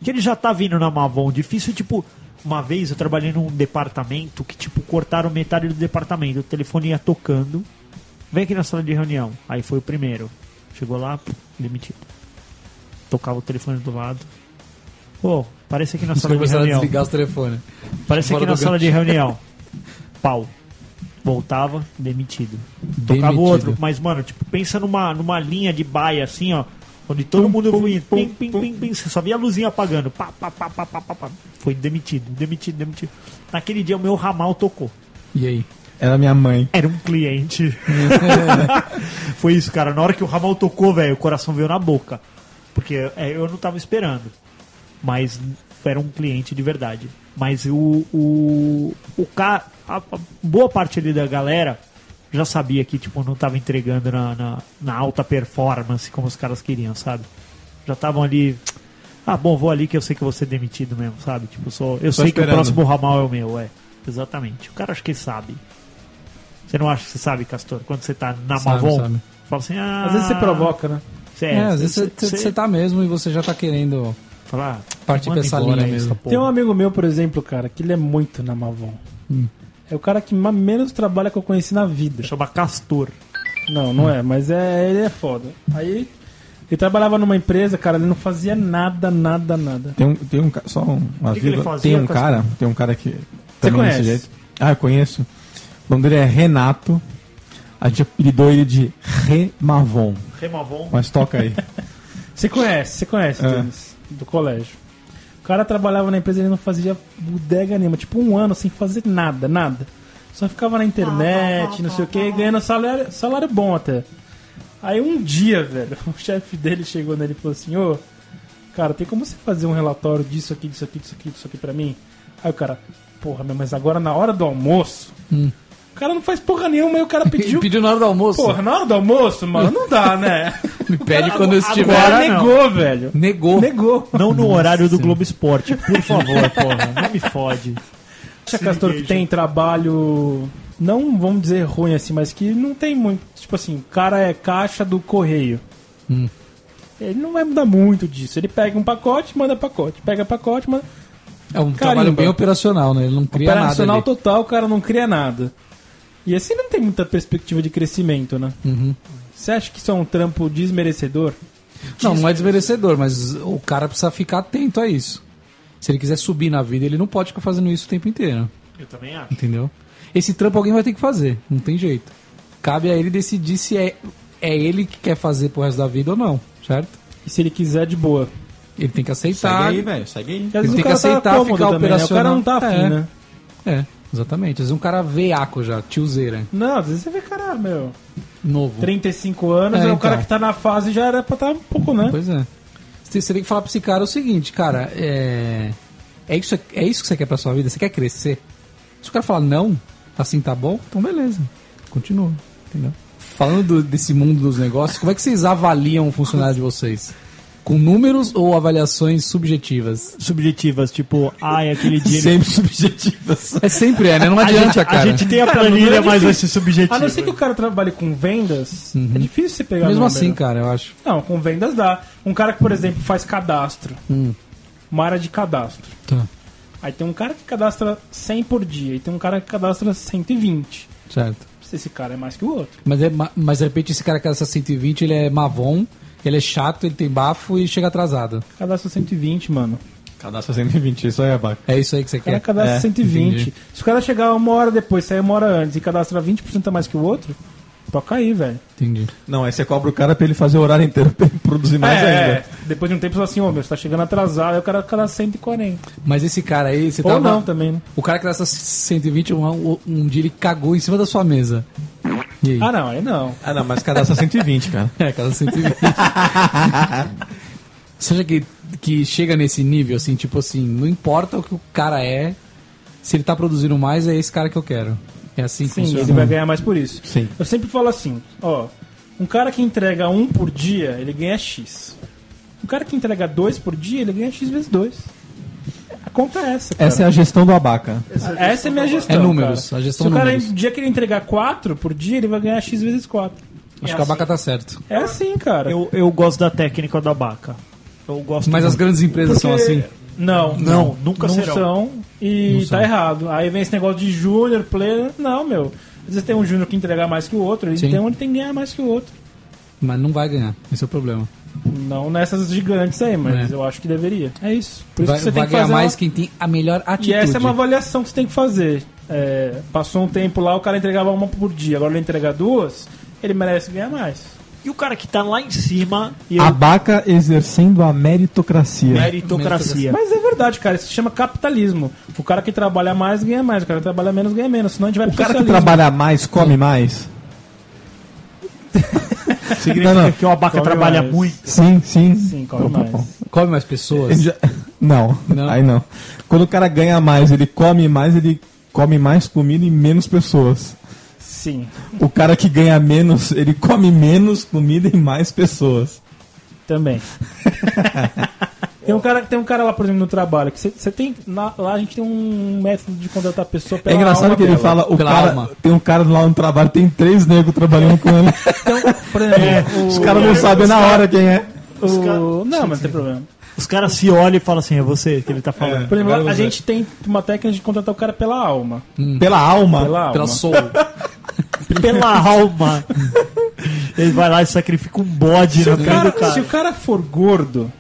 Que ele já tá vindo na Mavon. Difícil, tipo, uma vez eu trabalhei num departamento que, tipo, cortaram metade do departamento. O telefone ia tocando. Vem aqui na sala de reunião. Aí foi o primeiro. Chegou lá, pô, demitido. Tocava o telefone do lado. Pô, parece aqui na Você sala de começar a reunião. desligar os telefones. Parece Fora aqui na do sala gancho. de reunião. Pau. Voltava, demitido. Tocava Demitido. outro. Mas, mano, tipo, pensa numa, numa linha de baia assim, ó. Onde todo Pum, mundo pum, foi pum, pim, pim, pum. pim, pim, você só via a luzinha apagando. Pá, pá, pá, pá, pá, pá, pá. Foi demitido, demitido, demitido. Naquele dia o meu ramal tocou. E aí? é Era minha mãe. Era um cliente. Foi isso, cara. Na hora que o ramal tocou, velho, o coração veio na boca. Porque é, eu não tava esperando. Mas era um cliente de verdade. Mas o. O, o cara. A, a boa parte ali da galera já sabia que, tipo, não tava entregando na, na, na alta performance como os caras queriam, sabe? Já estavam ali. Ah, bom, vou ali que eu sei que vou ser demitido mesmo, sabe? Tipo, só, eu sei que esperando. o próximo ramal é o meu, é. Exatamente. O cara acho que sabe. Você não acha que você sabe, Castor, quando você tá na Sabe, Mavon? sabe. Fala assim, ah. Às vezes você provoca, né? Cê, É, às vezes você tá mesmo e você já tá querendo. Fala, "Ah, Partir manda pra essa embora linha aí, mesmo. porra. Tem um amigo meu, por exemplo, cara, que ele é muito na Mavon. É o cara que mais menos trabalha que eu conheci na vida. Chama Castor. Não, não é, mas é, ele é foda. Aí ele trabalhava numa empresa, cara, ele não fazia nada, nada, nada. Tem um, tem um ca- só um, uma que que ele vírgula. fazia tem um com as- cara, tem um cara que também conhece? desse jeito. Ah, eu conheço. O nome dele é Renato. A gente apelidou ele de Remavon. Remavon. Mas toca aí. Você conhece, você conhece, É. Denis, do colégio. O cara trabalhava na empresa, ele não fazia bodega nenhuma, tipo um ano sem fazer nada, nada. Só ficava na internet, não sei o que, ganhando salário, salário bom até. Aí um dia, velho, o chefe dele chegou nele e falou assim, ô, cara, tem como você fazer um relatório disso aqui, disso aqui, disso aqui, disso aqui pra mim? Aí o cara, porra, meu, mas agora na hora do almoço, o cara não faz porra nenhuma, aí o cara pediu, Pediu na hora do almoço. porra, na hora do almoço, mano, não dá, né? Me pede quando eu O estiver. cara Agora não. negou, velho. Negou. Negou. Não no horário do Globo Esporte, por favor, porra. Não me fode. Acha, Castor, que Cerveja. tem trabalho, não vamos dizer ruim assim, mas que não tem muito. Tipo assim, o cara é caixa do correio. Hum. Ele não vai mudar muito disso. Ele pega um pacote, manda pacote. Pega pacote, manda. É um trabalho Carimba. bem operacional, né? Ele não cria Operacional nada. ali. total, o cara não cria nada. E assim não tem muita perspectiva de crescimento, né? Uhum. Você acha que isso é um trampo desmerecedor? Não, não é desmerecedor, mas o cara precisa ficar atento a isso. Se ele quiser subir na vida, ele não pode ficar fazendo isso o tempo inteiro, Eu também acho. entendeu? Esse trampo alguém vai ter que fazer, não tem jeito. Cabe a ele decidir se é, é ele que quer fazer pro resto da vida ou não, certo? E se ele quiser, de boa. Ele tem que aceitar. velho. Segue aí. Porque às Ele tem vezes o que cara tá aceitar cômodo ficar também, né? O cara não tá operacional. afim, É. né? É, exatamente. Às vezes um cara veiaco já, tiozeira, Não, às vezes você vê, cara, meu. novo. 35 anos, É, é, o então. cara que tá na fase já era pra estar um pouco, né? Pois é. Você você tem que falar pra esse cara o seguinte, cara, é. É isso, é isso que você quer pra sua vida? Você quer crescer? Se o cara falar não, assim tá bom, então beleza. Continua, entendeu? Falando do- desse mundo dos negócios, como é que vocês avaliam o funcionário de vocês? Com números ou avaliações subjetivas? Subjetivas, tipo, ai, aquele dia. ele- Sempre subjetivas. É sempre é, né? Não adianta, a, cara. gente tem a planilha, mas vai ser subjetivo. né? A não ser que o cara trabalhe com vendas, é difícil você pegar Uhum. Mesmo número. assim, cara, eu acho. Não, com vendas dá. Um cara que, por exemplo, faz cadastro. Hum. Uma área de cadastro. Tá. Aí tem um cara que cadastra 100 por dia e tem um cara que cadastra 120. Certo. Esse cara é mais que o outro. Mas, é, ma- mas de repente esse cara que essa 120, ele é mavon, ele é chato, ele tem bafo e chega atrasado. Cadastra 120, mano. Cadastro 120, isso aí é bacana. É isso aí que você O cara quer? cadastra É, 120. entendi. Se o cara chegar uma hora depois, sair uma hora antes e cadastra 20% a mais que o outro, toca aí, velho. Entendi. Não, aí você cobra o cara pra ele fazer o horário inteiro pra ele produzir mais é, ainda. é. depois de um tempo, você fala assim, ô, meu, você tá chegando atrasado, aí o cara cadastra 140. Mas esse cara aí, você Ou tava. não também, né? O cara que dessa 120, um, um dia ele cagou em cima da sua mesa. E aí? Ah, não, aí não. Ah, não, mas cadastra 120, cara. É, casa 120. Você acha que, que chega nesse nível, assim, tipo assim, não importa o que o cara é, se ele tá produzindo mais, é esse cara que eu quero. É assim que Sim, funciona. ele vai ganhar mais por isso. Sim. Eu sempre falo assim, ó, um cara que entrega um por dia, ele ganha X. Um cara que entrega dois por dia, ele ganha X vezes dois. A conta é essa, cara. Essa é a gestão do abaca. Essa é minha gestão. É números, cara. a gestão Se o cara, números. no dia que ele entregar quatro por dia, ele vai ganhar X vezes quatro. Acho assim. que o abaca tá certo. É assim, cara. Eu, eu gosto da técnica da Baca. Eu gosto Mas muito. as grandes empresas são assim. Não, Não, nunca não serão. são e tá errado. Aí vem esse negócio de júnior, player. Não, meu. Às vezes tem um júnior que entregar mais que o outro, ele Sim. tem um que tem que ganhar mais que o outro. Mas não vai ganhar. Esse é o problema. Não nessas gigantes aí, mas É. eu acho que deveria. É isso. Por isso Vai, que você vai tem que ganhar fazer. mais uma... quem tem a melhor atitude. E essa é uma avaliação que você tem que fazer. É, passou um tempo lá, o cara entregava uma por dia, agora ele entrega duas, ele merece ganhar mais. E o cara que tá lá em cima, e eu- Abaca exercendo a meritocracia. meritocracia. Mas é verdade, cara. Isso se chama capitalismo. O cara que trabalha mais ganha mais, o cara que trabalha menos ganha menos. Senão a gente vai O pro cara que socialismo. trabalha mais, come mais? Significa Não, não. que o abaca Come trabalha mais. muito. Sim, sim. Sim, come mais. Come mais Ele pessoas. já- Não, Não? aí não. Quando o cara ganha mais, ele come mais, ele come mais comida e menos pessoas. Sim. O cara que ganha menos, ele come menos comida e mais pessoas. Também. tem, um cara, tem um cara lá, por exemplo, no trabalho, que você tem. na- lá a gente tem um método de contratar a pessoa pela é engraçado alma que ele dela. fala, o Pela cara alma. tem um cara lá no trabalho, tem três negros trabalhando com ele. Então, É, Por exemplo, o- Os caras não sabem na hora quem é. o- Não, mas não tem problema. Os caras se olham e falam assim, é você que ele tá falando. Por exemplo, lá, a gente tem uma técnica de contratar o cara pela alma. Pela alma. Hum. Pela alma. Pela soul. É. Pela alma. Ele vai lá e sacrifica um bode Se no o, meio do cara, se o cara. cara for gordo,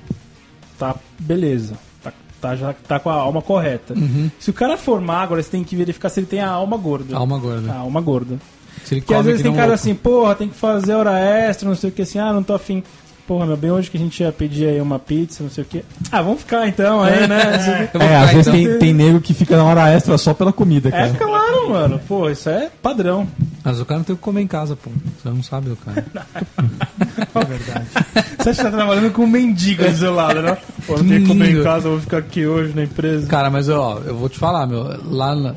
tá beleza. Tá, tá já tá com a alma correta. Se o cara for magro, você tem que verificar se ele tem a alma gorda. Alma gorda. A alma gorda. Se ele Porque às come vezes que tem não cara louco. assim, porra, tem que fazer hora extra, não sei o que, assim, ah, não tô afim. Porra, meu bem, hoje que a gente ia pedir aí uma pizza, não sei o que. Ah, vamos ficar então aí, né? Não sei o quê. Eu vou É, ficar, às vezes então. tem, tem nego que fica na hora extra só pela comida, É, cara. claro, mano. Pô, isso é padrão. Mas o cara não tem o que comer em casa, pô. Você não sabe do cara. Você acha que tá trabalhando com um mendigo do seu lado, né? Pô, não tem que comer em casa, eu vou ficar aqui hoje na empresa. Cara, mas ó, eu vou te falar, meu, lá na...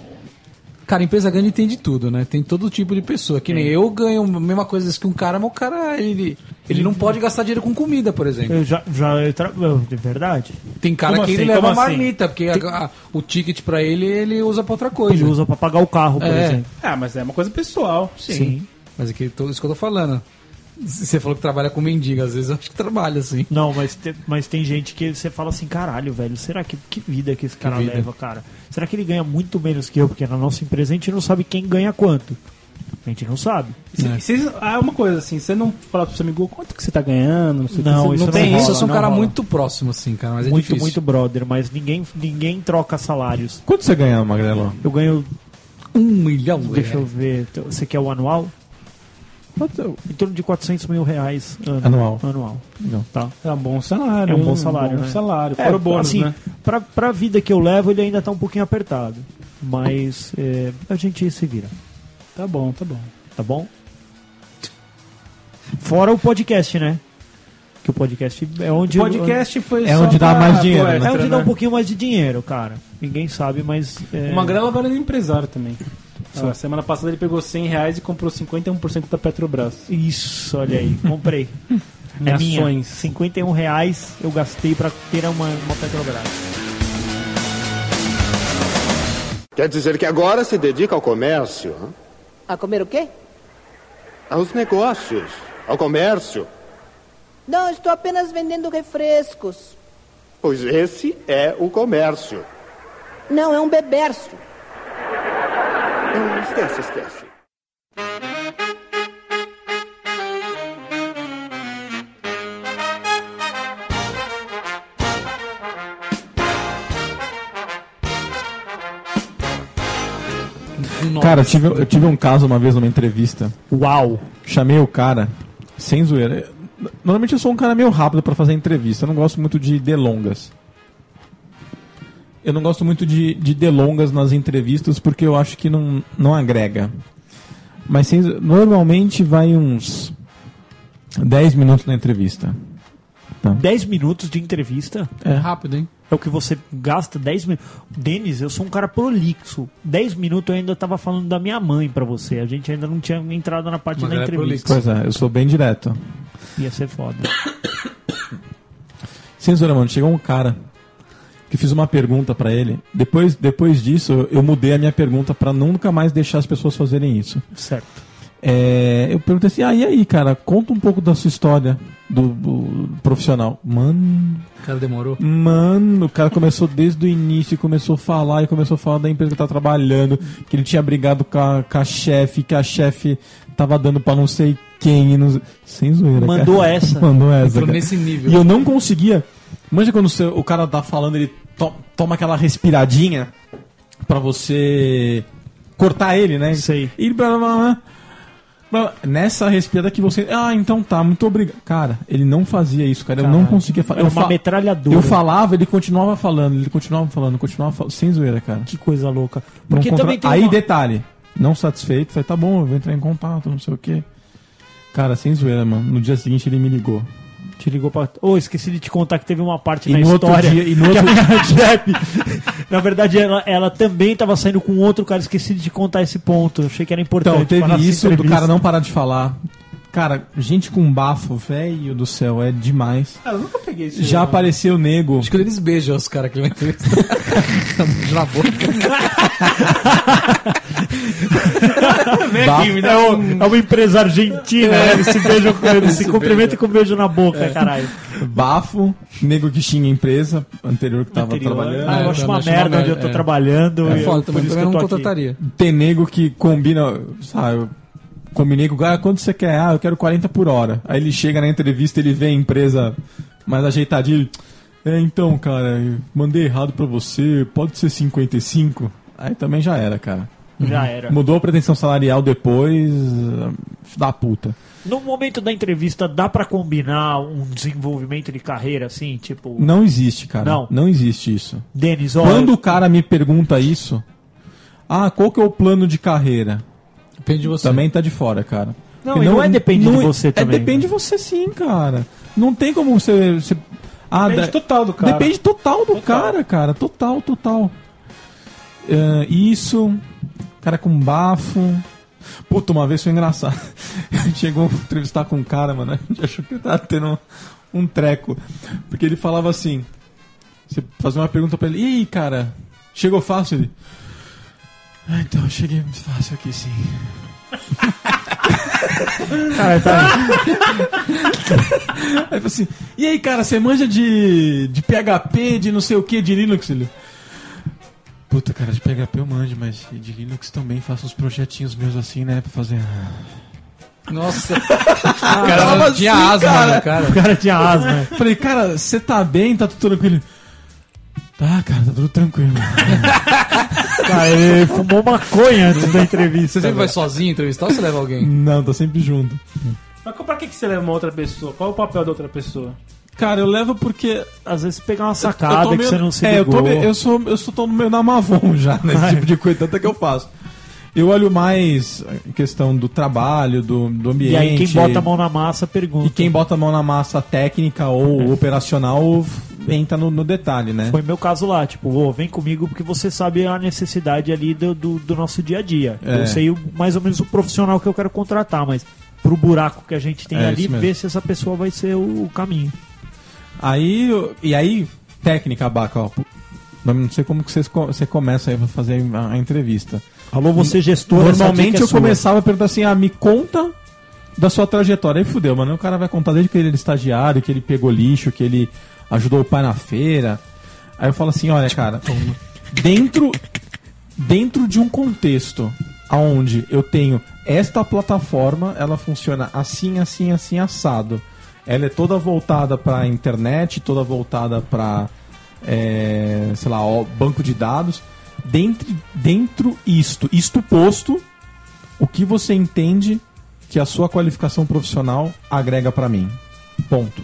Cara, empresa grande tem de tudo, né? Tem todo tipo de pessoa. Que nem eu ganho a mesma coisa que um cara, mas o cara, ele, ele não pode gastar dinheiro com comida, por exemplo. Eu já, já eu tra- eu- de verdade. Tem cara Como que assim? ele leva Como a assim? marmita, porque a- a- o ticket pra ele, ele usa pra outra coisa. Ele usa pra pagar o carro, por É. exemplo. Ah, mas é uma coisa pessoal. Sim. Mas é que tô- isso que eu tô falando. C- Você falou que trabalha com mendigo, às vezes eu acho que trabalha, assim. Não, mas, te- mas tem gente que você fala assim, caralho, velho, será que que vida que esse cara vida. leva, cara? Será que ele ganha muito menos que eu? Porque na nossa empresa a gente não sabe quem ganha quanto. A gente não sabe. Se- se- ah, é uma coisa assim, você não fala pro seu amigo quanto que você tá ganhando, não sei o que, Não, você isso não Tem rola, isso, eu sou um não cara rola. muito próximo, assim, cara, mas é muito, difícil. muito brother, mas ninguém, ninguém troca salários. Quanto você ganha, Magrelo? Eu ganho, Um milhão, de deixa eu reais. ver, t- você quer o anual? Em torno de 400 mil reais ano- Anual. anual. Tá. É um bom salário. É um bom salário, bom né? salário. Fora o bônus, assim, né? pra, pra vida que eu levo, ele ainda tá um pouquinho apertado. Mas é, a gente se vira, Tá bom, tá bom. tá bom? Fora o podcast, né? Que o podcast é onde. O podcast foi É só onde dá pra- mais pro dinheiro, né? É extra, onde dá um pouquinho mais de dinheiro, cara. Ninguém sabe, mas. É... O Magrelo agora ele é empresário também. Ah, semana passada ele pegou 100 reais e comprou 51% da Petrobras. Isso, olha aí, comprei. Em é minha. ações. 51 reais eu gastei pra ter uma, uma Petrobras. Quer dizer que agora se dedica ao comércio, hã? A comer o quê? aos negócios, ao comércio. Não, estou apenas vendendo refrescos. Pois esse é o comércio. Não, é um beberço. Não, esquece, esquece. Nossa. Cara, eu tive, eu tive um caso uma vez numa entrevista. Uau! Chamei o cara, sem zoeira. Eu- Normalmente eu sou um cara meio rápido pra fazer entrevista. Eu não gosto muito de delongas. Eu não gosto muito de, de delongas nas entrevistas porque eu acho que não, não agrega. Mas sem zo- normalmente vai uns 10 minutos na entrevista. 10 minutos de entrevista é rápido, hein? é o que você gasta 10 minutos. Denis, eu sou um cara prolixo. 10 minutos eu ainda tava falando da minha mãe pra você. A gente ainda não tinha entrado na parte Mas da era entrevista. Pois é, eu sou bem direto. Ia ser foda. Sem zoeira, mano, chegou um cara que fiz uma pergunta pra ele. Depois, depois disso, eu, eu mudei a minha pergunta pra nunca mais deixar as pessoas fazerem isso. Certo. É, eu perguntei assim, ah, e aí, cara, conta um pouco da sua história do, do profissional. Mano, O cara demorou. mano, o cara começou desde o início, começou a falar e começou a falar da empresa que tá trabalhando, que ele tinha brigado com a, com a chefe, que a chefe tava dando pra não sei quem. e não- Sem zoeira, cara. Mandou essa. Mandou essa, Entrou cara. nesse nível. é E eu não conseguia. Manja quando você- o cara tá falando, ele to- toma aquela respiradinha pra você cortar ele, né? Sei. E blá, blá, blá, blá. Pra- Nessa respirada que você. Ah, então tá, muito obrigado. Cara, ele não fazia isso, cara. Eu não conseguia falar. Era Eu, É uma fa- metralhadora. eu falava, ele continuava falando, ele continuava falando, continuava falando, sem zoeira, cara. Que coisa louca. Não Porque contra- também tem Aí, uma- detalhe, não satisfeito, falei, tá bom, eu vou entrar em contato, não sei o quê. Cara, sem zoeira, mano. No dia seguinte ele me ligou. Te ligou pra. Ô, esqueci de te contar que teve uma parte E na no outro história. dia- e no outro- que a Johnny Depp- na verdade, ela, ela também tava saindo com outro cara. Esqueci de te contar esse ponto. Eu achei que era importante. Então, falar teve essa isso do entrevista. cara não parar de falar. Cara, gente com bafo, velho do céu, é demais. Cara, eu nunca peguei esse. Já apareceu nego. Acho que eles beijam os caras que ele vai entrevistar. Beijo na boca. né? É, um- é uma empresa argentina. né? Eles se beijam, com- eles se se cumprimentam com um beijo na boca, caralho. Bafo, nego que xinga a empresa anterior que tava Anterior. trabalhando. Ah, eu É, acho eu uma acho uma merda onde merda, eu tô é. trabalhando. É e foda eu- também, por isso também eu que não eu tô aqui. contrataria. Tem nego que combina, sabe? eu Combinei com o cara, quanto você quer? Ah, eu quero 40 por hora. Aí ele chega na entrevista, ele vê a empresa mais ajeitadinha. ele, É, então, cara, eu mandei errado pra você, pode ser 55? Aí também já era, cara. Já era. Mudou a pretensão salarial depois, da puta. No momento da entrevista, dá pra combinar um desenvolvimento de carreira assim? Tipo, Não existe, cara. Não. Não existe isso. Denis, olha. Quando o cara me pergunta isso, ah, qual que é o plano de carreira? Depende de você. Também tá de fora, cara. Não, Porque e não é depende de você é também, né? depende de você sim, cara. Não tem como você... você- Ah, Depende da- total do cara. Depende total do cara, cara. Total, total. É, isso. Cara com bafo. Puta, uma vez foi engraçado. Chegou a entrevistar com um cara, mano. A gente achou que ele tava tendo um, um treco. Porque ele falava assim. Você fazia uma pergunta pra ele. E aí, cara? Chegou fácil? Ele. Ah, então, cheguei muito fácil aqui, sim. Aí falou assim, e aí, cara, você manja de, de PHP, de não sei o que, de Linux? Ele, Puta, cara, de PHP eu manjo, mas de Linux também faço uns projetinhos meus assim, né, pra fazer... Nossa. Ah, cara, tinha asma, cara. cara. O cara tinha asma. né? Falei, cara, você tá bem? Tá tudo tranquilo? Tá, cara, tá tudo tranquilo. Cara, ele fumou maconha antes da entrevista. Você sempre vai sozinho entrevistar ou você leva alguém? não, tá sempre junto. Mas pra que, que você leva uma outra pessoa? Qual é o papel da outra pessoa? Cara, eu levo porque... Às vezes pegar uma eu sacada tô que meio- você não se é, eu, tô ligou. meio- eu sou eu sou tô meio na mavon já nesse tipo de coisa, tanto é que eu faço. Eu olho mais a questão do trabalho, do, do ambiente. E aí quem bota a mão é. na massa pergunta. E quem bota a mão na massa técnica ou operacional f- entra no, no detalhe, né? Foi meu caso lá, tipo, ô, vem comigo porque você sabe a necessidade ali do, do, do nosso dia a dia. É. Eu sei o- mais ou menos o profissional que eu quero contratar, mas pro buraco que a gente tem É, ali, isso mesmo. ver se essa pessoa vai ser o, o caminho. Aí, eu- e aí, técnica, Baca, ó. Não sei como que vocês co- você começa aí pra fazer a, a entrevista. Alô, você gestor, é Normalmente eu começo começava a perguntar assim, ah, me conta da sua trajetória. Aí fudeu, mano. O cara vai contar desde que ele era estagiário, que ele pegou lixo, que ele ajudou o pai na feira. Aí eu falo assim, olha, cara, dentro, dentro de um contexto onde eu tenho esta plataforma, ela funciona assim, assim, assim, assado. Ela é toda voltada pra internet, toda voltada pra é, sei lá, ó, banco de dados. Dentro, dentro isto, isto posto, o que você entende que a sua qualificação profissional agrega pra mim? Ponto.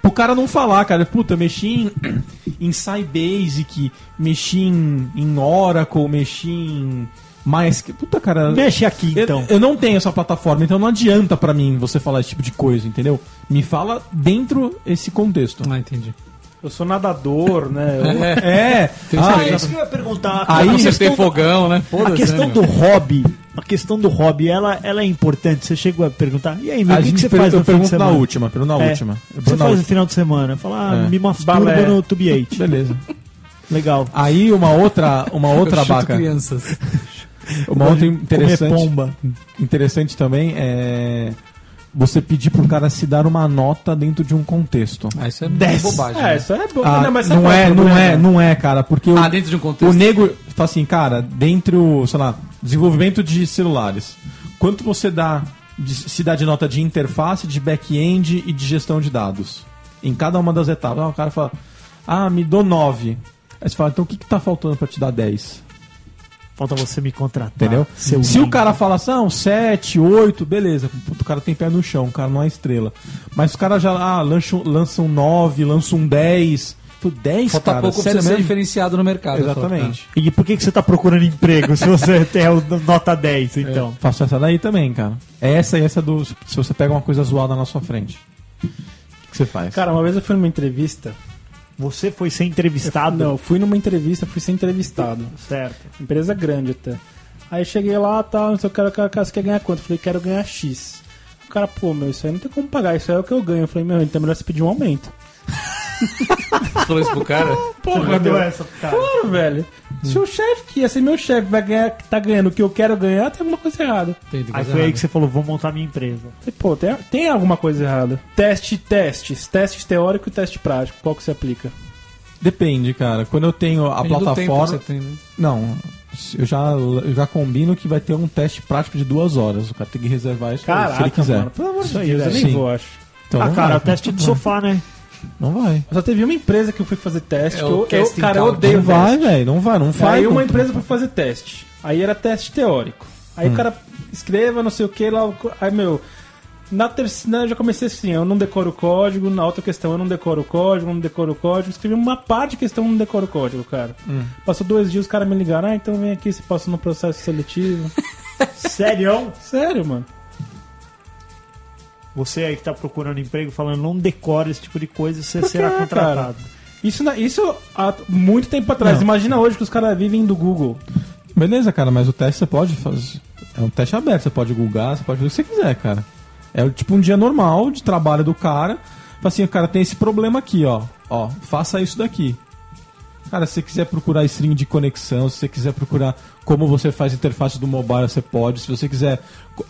Pro cara não falar, cara, puta, mexi em, em Sybasic, mexi em, em Oracle, mexi em mais puta cara, Deixa aqui eu, então. eu não tenho essa plataforma, então não adianta pra mim você falar esse tipo de coisa, entendeu? Me fala dentro esse contexto. Ah, entendi. Eu sou nadador, né? Eu- É, ah, Ah, é isso que eu ia perguntar. Aí- Aí você questão tem do- fogão, né? A é, Foda-se, questão né, do meu? hobby, a questão do hobby, ela, ela é importante. Você chegou a perguntar, e aí, meu, A o que, gente que você per- faz eu no fim de pergunto semana? na última, pergunto na É, última. o Eu que você pergunto na faz no última. final de semana? Fala, ah, É. me masturba Balé. no Tubiate. Beleza. Legal. Aí uma outra, uma Eu outra chuto vaca, crianças. uma outra Comer interessante, pomba. interessante também é você pedir pro cara se dar uma nota dentro de um contexto. Ah, isso é Desce. bobagem. É, né? isso é bom. Ah, né? Mas sabe não qual é, o não problema? é, não é, cara, porque Ah, o, dentro de um o contexto. nego fala assim, cara, dentro, sei lá, desenvolvimento de celulares, quanto você dá de, se dá de nota de interface, de back-end e de gestão de dados? Em cada uma das etapas. Ah, o cara fala, ah, me dou 9. Aí você fala, então o que, que tá faltando pra te dar 10? Falta você me contratar. Entendeu? Ah, seu Se o lindo. cara fala assim, não, 7, 8, beleza. Puta, O cara tem pé no chão, o cara não é estrela. Mas o cara já ah, lança, um- lança um 9, lança um 10. Pô, 10, Falta cara, pouco pra sério você ser mesmo? diferenciado no mercado. Exatamente. E por que, que você tá procurando emprego se você tem o nota 10, então? Faço essa daí também, cara. É essa e essa do. Se você pega uma coisa zoada na sua frente. O que você faz? Cara, uma vez eu fui numa entrevista. Você foi ser entrevistado? Não, eu fui numa entrevista, fui ser entrevistado. Certo. Empresa grande até. Aí cheguei lá, tal, não sei o que, cara, cara, você quer ganhar quanto? Eu falei, quero ganhar X. O cara, pô, meu, isso aí não tem como pagar, isso aí é o que eu ganho. Eu falei, meu, então é melhor você pedir um aumento. Exatamente. Falou isso pro cara. Porra, é. deu essa, cara. Claro, velho. Se o chefe, que ia ser meu chefe, vai ganhar, tá ganhando o que eu quero ganhar, tem alguma coisa errada. Tem, tem Aí coisa é. foi aí errada. que você falou, vou montar minha empresa. Falei, Pô, tem, tem alguma coisa errada. Teste, testes. Teste teórico e teste prático. Qual que você aplica? Depende, cara. Quando eu tenho a Depende do tempo que plataforma. você tem, né? Não. Eu já, eu já combino que vai ter um teste prático de duas horas. O cara tem que reservar isso se ele quiser. mano. Pelo amor de Isso aí, Deus, eu velho. nem Sim. vou, acho. Então ah, não cara, vai. o teste de sofá, né? Não vai. Só teve uma empresa que eu fui fazer teste. É que o eu, eu, casting cara, eu couch. odeio não vai, um teste. É velho. Não vai, não faz. Aí uma não. empresa foi fazer teste. Aí era teste teórico. Aí Hum. o cara escreva, não sei o que, lá. o co- Aí, meu. Na terceira, eu já comecei assim, eu não decoro o código, na outra questão eu não decoro o código, eu não decoro o código. Escrevi uma parte de questão, eu não decoro o código, cara. Hum. Passou dois dias, os caras me ligaram, ah, então vem aqui, você passou no processo seletivo. Sério? Sério, mano. Você aí que tá procurando emprego, falando, não decora esse tipo de coisa, você será quê, contratado. Isso, na- isso há muito tempo atrás. Não. Imagina hoje que os caras vivem do Google. Beleza, cara, mas o teste você pode fazer. É um teste aberto, você pode googar, você pode fazer o que você quiser, cara. É tipo um dia normal de trabalho do cara. Fala assim, o cara tem esse problema aqui, ó. Ó, faça isso daqui. Cara, se você quiser procurar string de conexão, se você quiser procurar como você faz a interface do mobile, você pode. Se você quiser.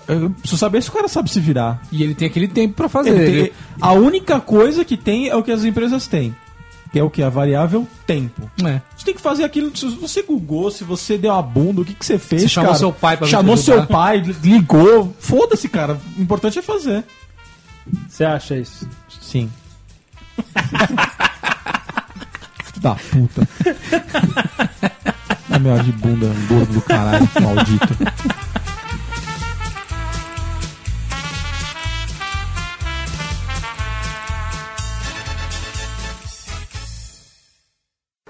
Eu preciso saber se o cara sabe se virar. E ele tem aquele tempo pra fazer. Ele tem- ele- A única coisa que tem é o que as empresas têm. Que é o que? A variável tempo. É. Você tem que fazer aquilo. Se você googou, se você deu a bunda, o que, que você fez? Você chamou cara? seu pai pra vir Chamou te seu ajudar. pai, ligou. Foda-se, cara. O importante é fazer. Você acha isso? Sim. da puta. Na minha hora de bunda, um gordo do caralho, maldito.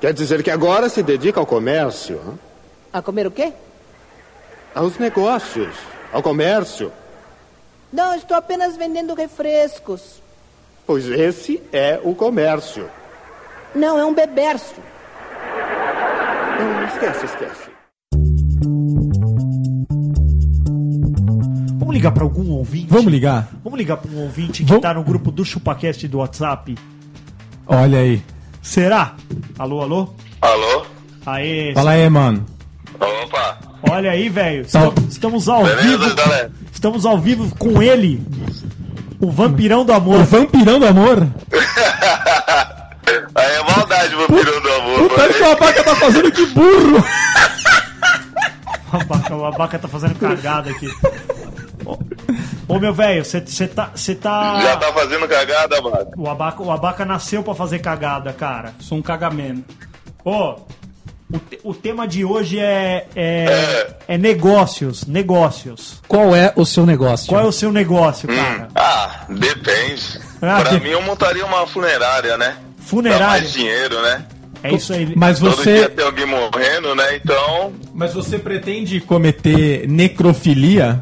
Quer dizer que agora se dedica ao comércio, hã? A comer o quê? aos negócios, ao comércio. Não, estou apenas vendendo refrescos. Pois esse é o comércio. Não, é um beberço. Não, não esquece, esquece. Vamos ligar pra algum ouvinte? Vamos ligar? Vamos ligar pra um ouvinte que Vamos- tá no grupo do ChupaCast do WhatsApp? Olha aí. Será? Alô, alô? Alô? Aê, Fala aí, mano. Opa! olha aí, velho. Tá. Estamos- Estamos ao Beleza, vivo. galera? Estamos ao vivo com ele, o vampirão do amor. O vampirão do amor? Aí é maldade, vampirão do amor. Puta mano. que o abaca tá fazendo, que burro! O abaca, o abaca tá fazendo cagada aqui. Ô, ô, meu velho, você tá. Você Já tá. tá fazendo cagada, mano. O abaca, o abaca nasceu pra fazer cagada, cara. Sou um cagamento. Ô, o, te- o tema de hoje é, é. É negócios. Negócios. Qual é o seu negócio? Qual é o seu negócio, cara? Ah, depende. Ah, pra de- mim, eu montaria uma funerária, né? Dá Funerário. mais dinheiro, né? É isso aí. Mas Todo dia você. tem alguém morrendo, né? Então, Mas você pretende cometer necrofilia?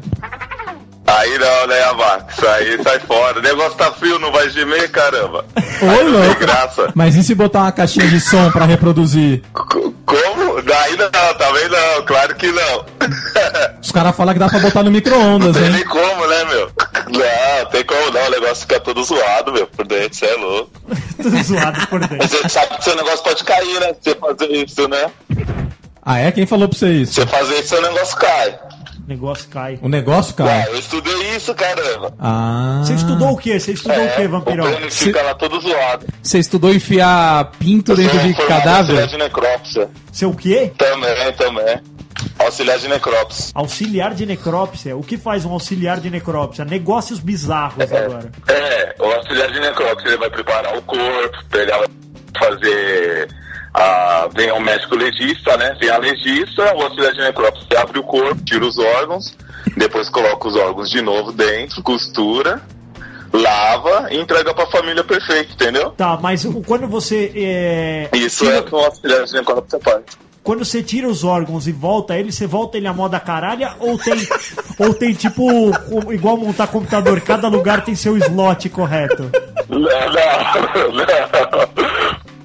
aí não, né, Abax? Aí sai fora. O negócio tá frio, não vai gemer, caramba. Ô, Tem É louco! graça. Mas e se botar uma caixinha de som pra reproduzir? Co- Como? Daí não, também não, claro que não. Tá Os caras falam que dá pra botar no Não micro-ondas, tem hein? nem como, né, meu? Não, tem como não, o negócio fica todo zoado, meu, por dentro, você é louco. Tudo zoado por dentro. Mas Você sabe que seu negócio pode cair, né? Você fazer isso, né? Ah, é? Quem falou pra você isso? Você fazer isso, seu negócio cai. O negócio cai. O negócio, Ah. Ué, cara? eu estudei isso, caramba. É, Ah. Você estudou o quê? Você estudou o quê, vampirão? O Breno fica lá todo zoado. Você estudou enfiar pinto dentro Eu sou de formado Auxiliar cadáver? de necrópsia. Você o quê? Também, também. Auxiliar de necrópsia. Auxiliar de necrópsia. O que faz um auxiliar de necrópsia? Negócios bizarros agora. É, o auxiliar de necrópsia ele vai preparar o corpo, ele vai fazer a- vem um médico legista, né? Vem a legista, o é auxiliar de necrópsia abre o corpo, tira os órgãos, depois coloca os órgãos de novo dentro, costura, lava e entrega pra família perfeita, entendeu? Tá, mas o- quando você. é, Isso tira- é o que o auxiliar de necrópsia faz. Quando você tira os órgãos e volta ele, você volta ele à moda caralha? Ou tem, ou tem tipo, o- igual montar computador, cada lugar tem seu slot correto? Não, não, não.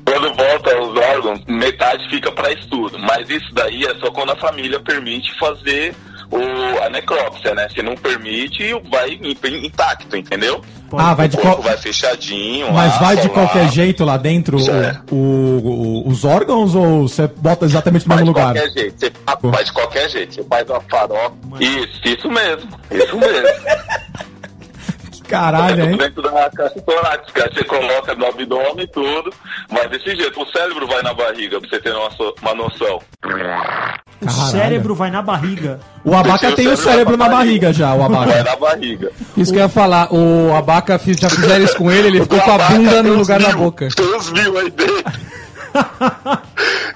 Quando volta os órgãos, metade fica para estudo. Mas isso daí é só quando a família permite fazer o, a necrópsia, né? Se não permite, vai in- intacto, entendeu? Ah, vai de o corpo qual- vai fechadinho. Mas lá, vai de colar. qualquer jeito lá dentro Isso o- é. o- o- os órgãos ou você bota exatamente no Vai mesmo de lugar? qualquer jeito. Você fa- faz de qualquer jeito. Você faz uma farofa. Isso, isso mesmo. Isso mesmo. Caralho, hein? Dentro da caixa torácica. Você coloca no abdômen e tudo. Mas desse jeito, o cérebro vai na barriga, pra você ter uma, so- uma noção. O cérebro vai na barriga. O abaca tem o cérebro na barriga já, o Vai abaca. na barriga. Isso que eu ia falar, o Abaca fi- já fizeram isso com ele, ele ficou com a Babaca bunda tem no uns lugar da mil, boca. Tem uns mil aí dentro.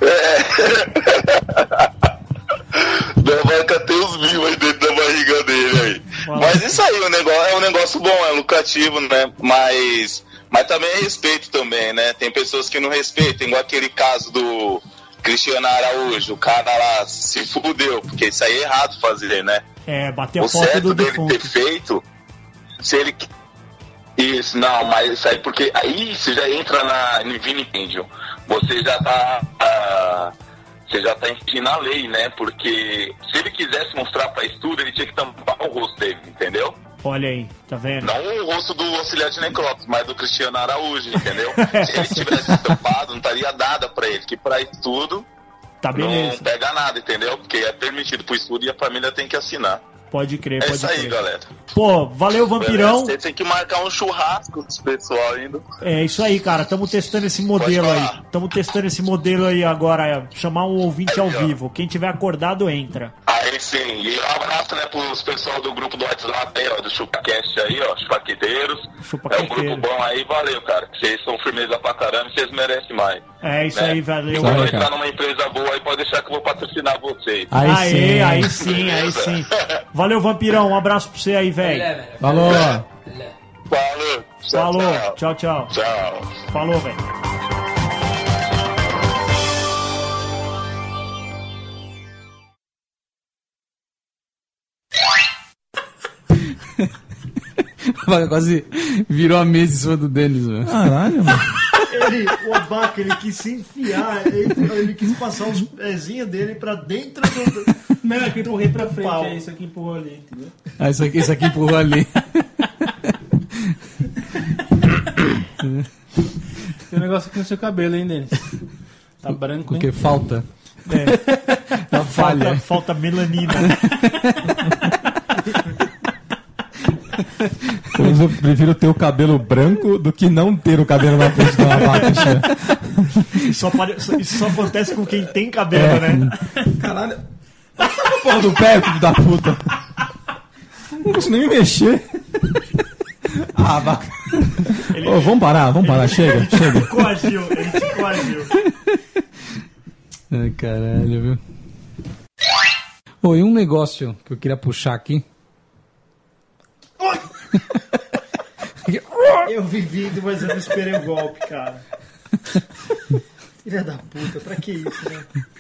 é. Da vaca tem uns mil aí dentro da barriga dele aí. Mas isso aí, o negócio, é um negócio bom, é lucrativo, né? Mas, mas também é respeito também, né? Tem pessoas que não respeitam, igual aquele caso do Cristiano Araújo, o cara lá se fudeu, porque isso aí é errado fazer, né? É, bater a o foto certo do dele ter defunto. feito, se ele. Isso, não, mas isso aí porque aí você já entra na no Vinipêndio. Você já tá. ah, você já tá infringindo a lei, né? Porque se ele quisesse mostrar pra estudo, ele tinha que tampar o rosto dele, entendeu? Olha aí, tá vendo? Não o rosto do auxiliar de necrópsis, mas do Cristiano Araújo, entendeu? se ele tivesse tampado, não estaria dada pra ele, que pra estudo Tá não beleza. pega nada, entendeu? Porque é permitido pro estudo e a família tem que assinar. Pode crer, É pode isso aí, crer. galera. Pô, valeu, vampirão. Você tem que marcar um churrasco com esse pessoal ainda. É isso aí, cara. Tamo testando esse modelo Pode aí. falar. Tamo testando esse modelo aí agora. é, Chamar um ouvinte ao vivo. Quem tiver acordado, entra. Aí sim, e um abraço, né, pros pessoal do grupo do WhatsApp aí, ó, do ChupaCast aí, ó, Chupaquiteiros. É um Chupaquiteiro. grupo bom aí, valeu, cara. Vocês são firmeza pra caramba e vocês merecem mais. É isso aí, valeu. Eu vou Valeu, entrar cara. numa empresa boa aí, pode deixar que eu vou patrocinar vocês. Ah. Aí Aê, sim. aí sim, aí sim. Valeu, vampirão. Um abraço pra você aí, velho. Falou. Falou. Tchau, Falou. tchau. Tchau, tchau. Tchau. Falou, velho. Abaca quase virou a mesa em cima do Denis, mano. Caralho, mano. Ele, o abaca, ele quis se enfiar, ele, ele quis passar os pezinhos dele pra dentro do. Não, é que eu empurrei pra frente, Pau. é isso aqui empurrou ali, entendeu? Ah, isso aqui, isso aqui empurrou ali. Tem um negócio aqui no seu cabelo, hein, Denis? Tá branco, hein? Porque falta. Tá Falta, falha. falta melanina. Pelo menos eu prefiro ter o cabelo branco do que não ter o cabelo na frente da vaca. chefe. Isso só, pare- isso só acontece com quem tem cabelo, né? Caralho. Porra do pé, filho da puta. Não consigo nem me mexer. Ah, vaca. Ô, vamos parar, vamos parar. Chega, chega. Coagiu, ele te coagiu. Ai, caralho, viu? Oi, e um negócio que eu queria puxar aqui. Eu vi vindo, mas eu não esperei o golpe, cara. Filha da puta, pra que isso, né?